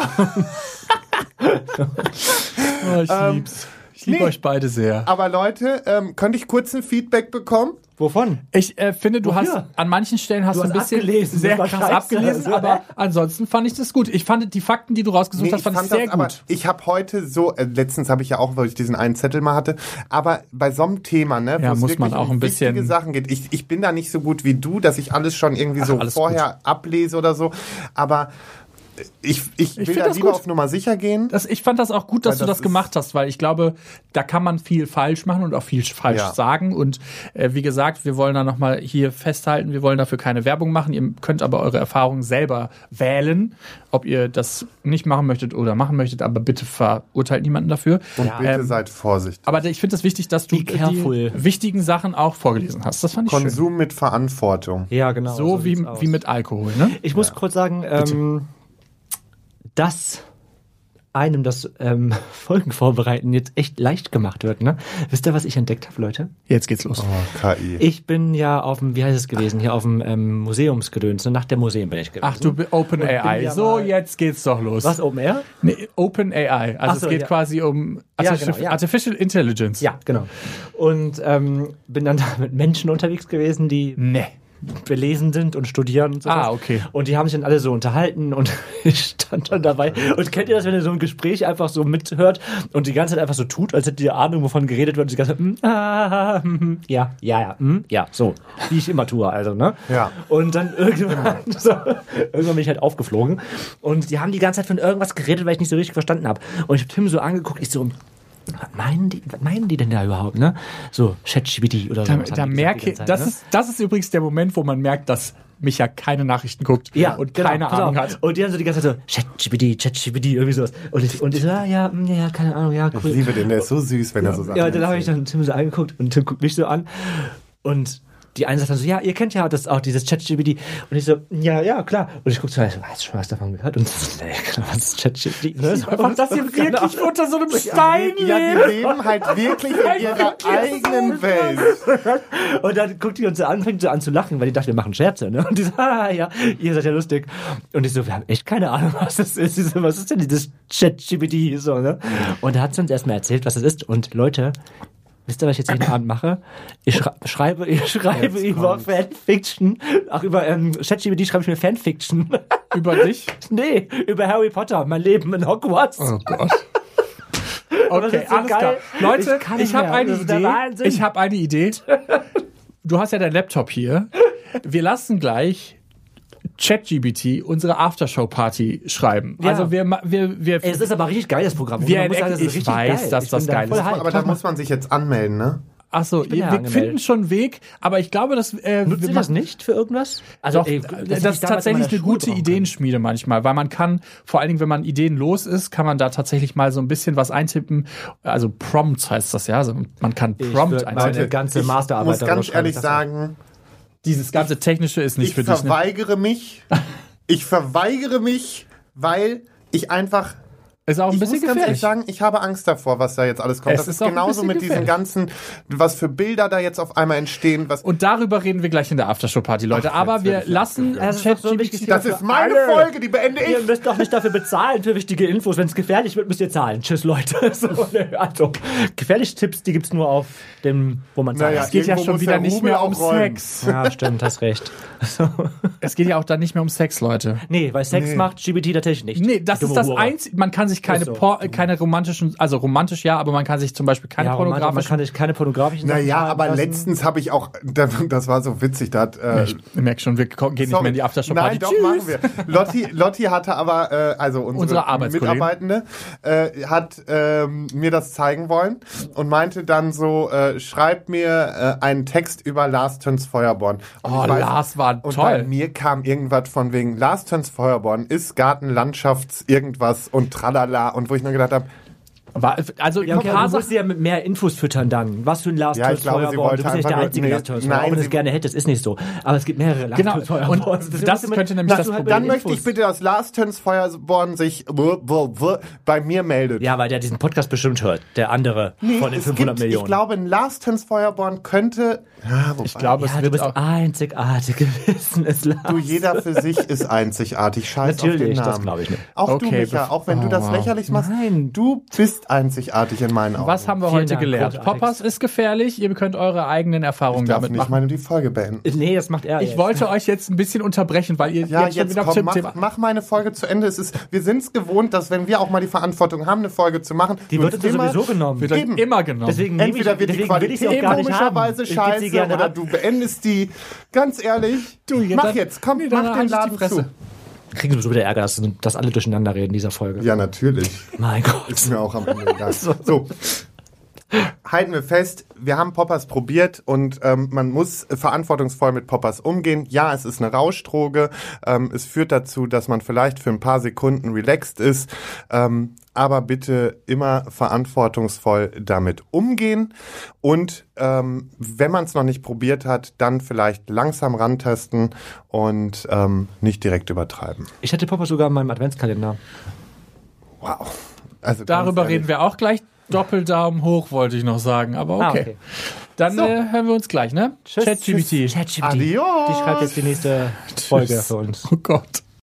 Speaker 1: Oh, ich lieb's. Ich liebe
Speaker 3: Ähm, nee.
Speaker 1: euch beide sehr.
Speaker 3: Aber Leute, ähm, könnte ich kurz ein Feedback bekommen?
Speaker 2: Wovon?
Speaker 1: Ich äh, finde, du
Speaker 2: Wofür?
Speaker 1: hast an manchen Stellen hast
Speaker 2: Du
Speaker 1: du ein
Speaker 2: hast
Speaker 1: bisschen
Speaker 2: abgelesen,
Speaker 1: sehr
Speaker 2: das war
Speaker 1: krass
Speaker 2: scheiße.
Speaker 1: abgelesen,
Speaker 2: Also,
Speaker 1: aber
Speaker 2: äh?
Speaker 1: ansonsten fand ich das gut. Ich fand die Fakten, die du rausgesucht
Speaker 3: Nee,
Speaker 1: hast, fand ich
Speaker 3: fand
Speaker 1: sehr
Speaker 3: das, aber
Speaker 1: gut.
Speaker 3: Ich habe heute so, äh, letztens habe ich ja auch, weil ich diesen einen Zettel mal hatte, aber bei so einem Thema, ne,
Speaker 1: Ja,
Speaker 3: wo es
Speaker 1: muss man
Speaker 3: wirklich
Speaker 1: auch
Speaker 3: um
Speaker 1: ein bisschen-
Speaker 3: wichtige Sachen geht. Ich, ich bin da nicht so gut wie du, dass ich alles schon irgendwie so
Speaker 1: alles
Speaker 3: vorher ablese oder so, aber äh, ich, ich, will
Speaker 1: find
Speaker 3: da
Speaker 1: das
Speaker 3: lieber
Speaker 1: gut.
Speaker 3: auf Nummer sicher gehen.
Speaker 1: Das, ich fand das auch gut, dass
Speaker 3: Weil
Speaker 1: du
Speaker 3: das
Speaker 1: das gemacht hast, weil ich glaube, da kann man viel falsch machen und auch viel falsch
Speaker 3: Ja.
Speaker 1: sagen. Und äh, wie gesagt, wir wollen da nochmal hier festhalten, wir wollen dafür keine Werbung machen. Ihr könnt aber eure Erfahrungen selber wählen, ob ihr das nicht machen möchtet oder machen möchtet, aber bitte verurteilt niemanden dafür.
Speaker 3: Und bitte
Speaker 1: ähm,
Speaker 3: seid vorsichtig.
Speaker 1: aber ich finde es das wichtig, dass du
Speaker 2: Be careful.
Speaker 1: die wichtigen Sachen auch vorgelesen hast. Das fand ich schön.
Speaker 3: Konsum mit Verantwortung.
Speaker 2: Ja, genau.
Speaker 1: So, wie,
Speaker 2: sieht's aus.
Speaker 1: wie mit Alkohol, ne?
Speaker 2: Ich muss kurz sagen, ähm, dass einem das ähm, Folgen vorbereiten jetzt echt leicht gemacht wird. Ne? Wisst ihr, was ich entdeckt habe, Leute?
Speaker 1: Jetzt geht's los.
Speaker 3: Oh, KI.
Speaker 2: Ich bin ja auf dem, wie heißt es gewesen, hier auf dem ähm, Museumsgedöns, ne? nach der Museen bin ich gewesen.
Speaker 1: Ach du Open AI.
Speaker 2: ja
Speaker 1: so,
Speaker 2: mal-
Speaker 1: jetzt geht's doch los.
Speaker 2: Was, Open Air?
Speaker 1: Nee, Open AI. Also
Speaker 2: Ach so,
Speaker 1: es geht
Speaker 2: ja.
Speaker 1: quasi um
Speaker 2: Ja,
Speaker 1: Artificial,
Speaker 2: genau, ja.
Speaker 1: Artificial Intelligence.
Speaker 2: Ja, genau. Und ähm, bin dann da mit Menschen unterwegs gewesen, die
Speaker 1: Nee.
Speaker 2: belesen sind und studieren und so.
Speaker 1: Ah, okay.
Speaker 2: Und die haben sich dann alle so unterhalten und ich stand dann dabei. Und kennt ihr das, wenn ihr so ein Gespräch einfach so mithört und die ganze Zeit einfach so tut, als hättet ihr Ahnung, wovon geredet wird und die ganze Zeit, mm, ah, mm, mm, ja, ja, ja, mm, ja, so. Wie ich immer tue, also, ne?
Speaker 3: Ja.
Speaker 2: Und dann irgendwann, so, irgendwann bin ich halt aufgeflogen und die haben die ganze Zeit von irgendwas geredet, weil ich nicht so richtig verstanden habe. Und ich habe Tim so angeguckt, ich so, was meinen die, was meinen die denn da überhaupt, ne? So, ChatGPT oder so. ne?
Speaker 1: Da, da merke das ist das ist übrigens der Moment, wo man merkt, dass Micha keine Nachrichten guckt
Speaker 2: Ja,
Speaker 1: und
Speaker 2: genau,
Speaker 1: keine
Speaker 2: pass
Speaker 1: Ahnung
Speaker 2: auf.
Speaker 1: hat.
Speaker 2: Und die haben so die ganze Zeit so, ChatGPT, ChatGPT, irgendwie sowas. Und ich, und ich so, ah, ja, mm, ja, keine Ahnung, ja,
Speaker 3: Ich
Speaker 2: cool.
Speaker 3: liebe den, der ist so süß, wenn er so Sachen
Speaker 2: Ja, dann habe ich dann Tim so angeguckt und Tim guckt mich so an. Und die eine sagt dann so, ja, ihr kennt ja das auch, dieses ChatGPT. Und ich so, ja, ja, klar. Und ich gucke so, hast du schon was davon gehört? Und so, nee, klar, was ist ChatGPT? Ne? So,
Speaker 1: Einfach, dass ihr wirklich unter so einem Stein
Speaker 3: Ja, die
Speaker 1: lebt.
Speaker 3: leben halt wirklich in ihrer eigenen Welt.
Speaker 2: Und dann guckt die uns so an, fängt so an zu lachen, weil die dachte, wir machen Scherze. Ne? Und die so, ah, ja, ihr seid ja lustig. Und ich so, wir haben echt keine Ahnung, was das ist. Die so, was ist denn dieses Chat-GPT hier so, ne? Und da hat sie uns erstmal erzählt, was das ist. Und Leute, wisst ihr, was ich jetzt jeden Abend mache? Ich schra schreibe, ich schreibe über Fanfiction. Auch über ähm, Chat-GPT schreibe ich mir Fanfiction.
Speaker 1: Über dich?
Speaker 2: nee, über Harry Potter, mein Leben in Hogwarts.
Speaker 1: Oh Gott.
Speaker 2: das
Speaker 1: Okay,
Speaker 2: ist so
Speaker 1: alles
Speaker 2: geil.
Speaker 1: klar. Leute,
Speaker 2: Ich kann
Speaker 1: ich,
Speaker 2: nicht
Speaker 1: habe
Speaker 2: mehr.
Speaker 1: eine
Speaker 2: Das ist der
Speaker 1: Idee.
Speaker 2: Wahnsinn.
Speaker 1: Ich habe eine Idee. Du hast ja deinen Laptop hier. Wir lassen gleich ChatGBT unsere Aftershow-Party schreiben.
Speaker 2: Ja.
Speaker 1: Also wir, ma- wir, wir
Speaker 2: Es ist aber richtig geil, das Programm.
Speaker 1: Wir
Speaker 2: Man muss
Speaker 1: entdecken-
Speaker 2: sagen, das ist
Speaker 1: ich
Speaker 2: richtig
Speaker 1: weiß, dass
Speaker 2: Ich
Speaker 1: das
Speaker 2: bin da
Speaker 1: geil
Speaker 2: voll
Speaker 1: ist.
Speaker 2: hyped.
Speaker 3: Aber da muss man sich jetzt anmelden, ne?
Speaker 1: Ach so,
Speaker 2: bin
Speaker 1: ihr-
Speaker 2: ja
Speaker 1: wir
Speaker 2: angemeldet.
Speaker 1: finden schon einen Weg, aber ich glaube, dass äh,
Speaker 2: Nutzt
Speaker 1: wir
Speaker 2: ihr das
Speaker 1: machen-
Speaker 2: nicht für irgendwas? Also, äh,
Speaker 1: Doch, das, ist tatsächlich eine gute Ideenschmiede manchmal, weil man kann, vor allen Dingen, wenn man ideenlos ist, kann man da tatsächlich mal so ein bisschen was eintippen. Also Prompts heißt das ja. Also man kann Prompt eintippen.
Speaker 2: meine ganze
Speaker 3: ich
Speaker 2: Masterarbeit
Speaker 3: muss ganz ehrlich sagen,
Speaker 1: Dieses ganze Technische ist nicht
Speaker 3: ich
Speaker 1: für dich. Ne?
Speaker 3: verweigere mich. Ich verweigere mich, weil ich einfach
Speaker 1: Ist auch ein
Speaker 3: ich
Speaker 1: bisschen
Speaker 3: muss ganz ehrlich
Speaker 1: gefährlich.
Speaker 3: sagen, ich habe Angst davor, was da jetzt alles kommt.
Speaker 1: Es
Speaker 3: das
Speaker 1: ist
Speaker 3: ist
Speaker 1: auch ein
Speaker 3: genauso
Speaker 1: bisschen
Speaker 3: mit diesen ganzen, was für Bilder da jetzt auf einmal entstehen. Was
Speaker 1: Und darüber reden wir gleich in der Aftershow-Party, Leute. aber wir lassen
Speaker 2: Das ist doch so ein
Speaker 1: ChatGPT
Speaker 2: wichtiges
Speaker 3: das
Speaker 2: Thema
Speaker 3: ist
Speaker 2: für
Speaker 3: meine
Speaker 2: alle.
Speaker 3: Folge, die beende
Speaker 2: Ihr
Speaker 3: ich.
Speaker 2: müsst doch nicht dafür bezahlen für wichtige Infos. Wenn es gefährlich wird, müsst ihr zahlen. Tschüss, Leute. So, ne, also, gefährliche Tipps, die gibt's nur auf dem, wo man zahlt.
Speaker 3: Naja,
Speaker 1: Es geht ja
Speaker 3: Irgendwo
Speaker 1: schon
Speaker 3: muss
Speaker 1: wieder
Speaker 3: der
Speaker 1: nicht
Speaker 3: Rubel
Speaker 1: mehr
Speaker 3: auch
Speaker 1: um
Speaker 3: rollen.
Speaker 1: Sex.
Speaker 2: Ja, stimmt, hast recht.
Speaker 1: Es geht ja auch dann nicht mehr um Sex, Leute.
Speaker 2: Nee, weil Sex macht GBT tatsächlich nicht.
Speaker 1: Nee, das
Speaker 2: Dumme
Speaker 1: ist das
Speaker 2: Hure.
Speaker 1: Einzige. Man kann sich keine,
Speaker 2: Ist so.
Speaker 1: Por keine romantischen, also romantisch ja, aber man kann sich zum Beispiel keine
Speaker 2: Ja, Roman, man
Speaker 1: pornografischen.
Speaker 2: kann nicht keine pornografischen Sachen
Speaker 3: Naja,
Speaker 2: schreiben
Speaker 3: aber
Speaker 2: lassen.
Speaker 3: letztens habe ich auch, das war so witzig, da hat, äh,
Speaker 1: ich merke schon, wir ko- gehen nicht mehr in die Aftershow-Party.
Speaker 3: Nein, doch, machen wir. Lotti, Lotti hatte aber, äh, also unsere,
Speaker 1: Unsere Arbeitskollegin.
Speaker 3: Mitarbeitende, äh, hat ähm, mir das zeigen wollen und meinte dann so, äh, schreib mir äh, einen Text über Lars Töns Feuerborn. Und
Speaker 1: Oh,
Speaker 3: ich weiß-
Speaker 1: Lars war
Speaker 3: Und bei
Speaker 1: toll.
Speaker 3: mir kam irgendwas von wegen, Lars Töns Feuerborn ist Gartenlandschafts irgendwas und tralala und wo ich nur gedacht habe,
Speaker 1: War, also
Speaker 2: Ja,
Speaker 1: ein
Speaker 2: okay,
Speaker 1: paar
Speaker 2: aber du musst
Speaker 1: Sachen.
Speaker 2: sie ja mit mehr Infos füttern dann. Was für ein Last
Speaker 3: Ja, ich glaube, sie
Speaker 2: Feuerborn.
Speaker 3: wollte
Speaker 2: Du bist nicht der
Speaker 3: einfach nur-
Speaker 2: einzige
Speaker 3: nee,
Speaker 2: Last Tours
Speaker 3: nein,
Speaker 2: Feuerborn. Auch wenn du
Speaker 3: sie-
Speaker 2: es gerne hättest, ist nicht so. Aber es gibt mehrere Last
Speaker 1: Genau,
Speaker 2: Tours Feuerborn.
Speaker 1: und
Speaker 2: Deswegen
Speaker 1: das
Speaker 2: musst du mit-
Speaker 1: könnte nämlich
Speaker 2: dass
Speaker 1: das
Speaker 2: du halt
Speaker 1: Problem-
Speaker 3: dann
Speaker 2: die
Speaker 3: möchte ich
Speaker 2: Infos-
Speaker 3: bitte, dass Lars Töns Feuerborn sich w- w- w- bei mir meldet.
Speaker 2: Ja, weil der diesen Podcast bestimmt hört. Der andere von den
Speaker 3: es
Speaker 2: 500
Speaker 3: gibt,
Speaker 2: Millionen.
Speaker 3: Ich glaube, ein Lars Töns Feuerborn könnte, ja, wobei,
Speaker 1: Ich glaube,
Speaker 2: ja,
Speaker 1: es
Speaker 2: du
Speaker 1: wird
Speaker 2: bist
Speaker 1: auch,
Speaker 2: einzigartig gewesen. Es
Speaker 3: Du,
Speaker 2: Lars.
Speaker 3: jeder für sich ist einzigartig. Scheiß auf den
Speaker 2: Natürlich, das
Speaker 3: Namen.
Speaker 2: glaub ich nicht.
Speaker 3: Auch du,
Speaker 1: Okay,
Speaker 3: Micha,
Speaker 1: bef-
Speaker 3: auch wenn du
Speaker 1: Oh,
Speaker 3: das
Speaker 1: wow.
Speaker 3: lächerlich machst,
Speaker 2: Nein.
Speaker 3: du bist einzigartig in meinen Augen.
Speaker 1: was haben wir
Speaker 2: Vielen
Speaker 1: heute
Speaker 2: Dank,
Speaker 1: gelernt?
Speaker 2: Coach Alex.
Speaker 1: Poppers ist gefährlich, ihr könnt eure eigenen Erfahrungen
Speaker 3: ich darf
Speaker 1: damit
Speaker 3: nicht
Speaker 1: machen.
Speaker 3: meine die Folge beenden.
Speaker 2: Nee, das macht er
Speaker 1: Ich
Speaker 2: jetzt.
Speaker 1: wollte euch jetzt ein bisschen unterbrechen, weil ihr
Speaker 3: Ja,
Speaker 1: jetzt schon
Speaker 3: jetzt,
Speaker 1: wieder
Speaker 3: komm,
Speaker 1: zum Thema.
Speaker 3: mach, mach meine Folge zu Ende. Es ist, wir sind es gewohnt, dass wenn wir auch mal die Verantwortung haben, eine Folge zu machen,
Speaker 2: Die
Speaker 3: wir
Speaker 2: wird
Speaker 3: uns
Speaker 2: uns ja sowieso genommen.
Speaker 1: Wird euch
Speaker 3: Eben.
Speaker 1: immer genommen.
Speaker 2: Deswegen nehme
Speaker 3: Entweder
Speaker 2: ich,
Speaker 3: wird die
Speaker 2: deswegen will ich sie auch
Speaker 3: Qualität
Speaker 2: gar nicht haben.
Speaker 3: komischerweise
Speaker 2: Ich geb sie
Speaker 3: scheiße
Speaker 2: gerne
Speaker 3: oder
Speaker 2: ab.
Speaker 3: du beendest die. Ganz ehrlich,
Speaker 1: Du, jetzt
Speaker 3: mach
Speaker 1: hat-
Speaker 3: jetzt, komm,
Speaker 1: Nee, dann
Speaker 3: mach
Speaker 1: halt
Speaker 3: den
Speaker 1: die
Speaker 3: Laden
Speaker 1: Fresse.
Speaker 3: zu.
Speaker 2: Kriegen wir so wieder Ärger, dass, dass alle durcheinander reden in dieser Folge.
Speaker 3: Ja, natürlich.
Speaker 2: Mein Gott.
Speaker 3: Ist mir auch am Ende egal. So. Halten wir fest, wir haben Poppers probiert und ähm, man muss verantwortungsvoll mit Poppers umgehen. Ja, es ist eine Rauschdroge. Ähm, es führt dazu, dass man vielleicht für ein paar Sekunden relaxed ist. Ähm, aber bitte immer verantwortungsvoll damit umgehen. Und ähm, wenn man es noch nicht probiert hat, dann vielleicht langsam rantasten und ähm, nicht direkt übertreiben.
Speaker 2: Ich hatte Papa sogar in meinem Adventskalender.
Speaker 3: Wow. Also
Speaker 1: Darüber reden wir auch gleich. Doppeldaumen hoch, wollte ich noch sagen, aber okay.
Speaker 2: Ah,
Speaker 1: Dann äh, hören wir uns gleich, ne?
Speaker 2: Tschüss.
Speaker 1: ChatGPT.
Speaker 2: ChatGPT.
Speaker 3: Adios.
Speaker 2: Die schreibt jetzt die nächste Folge für uns.
Speaker 1: Oh Gott.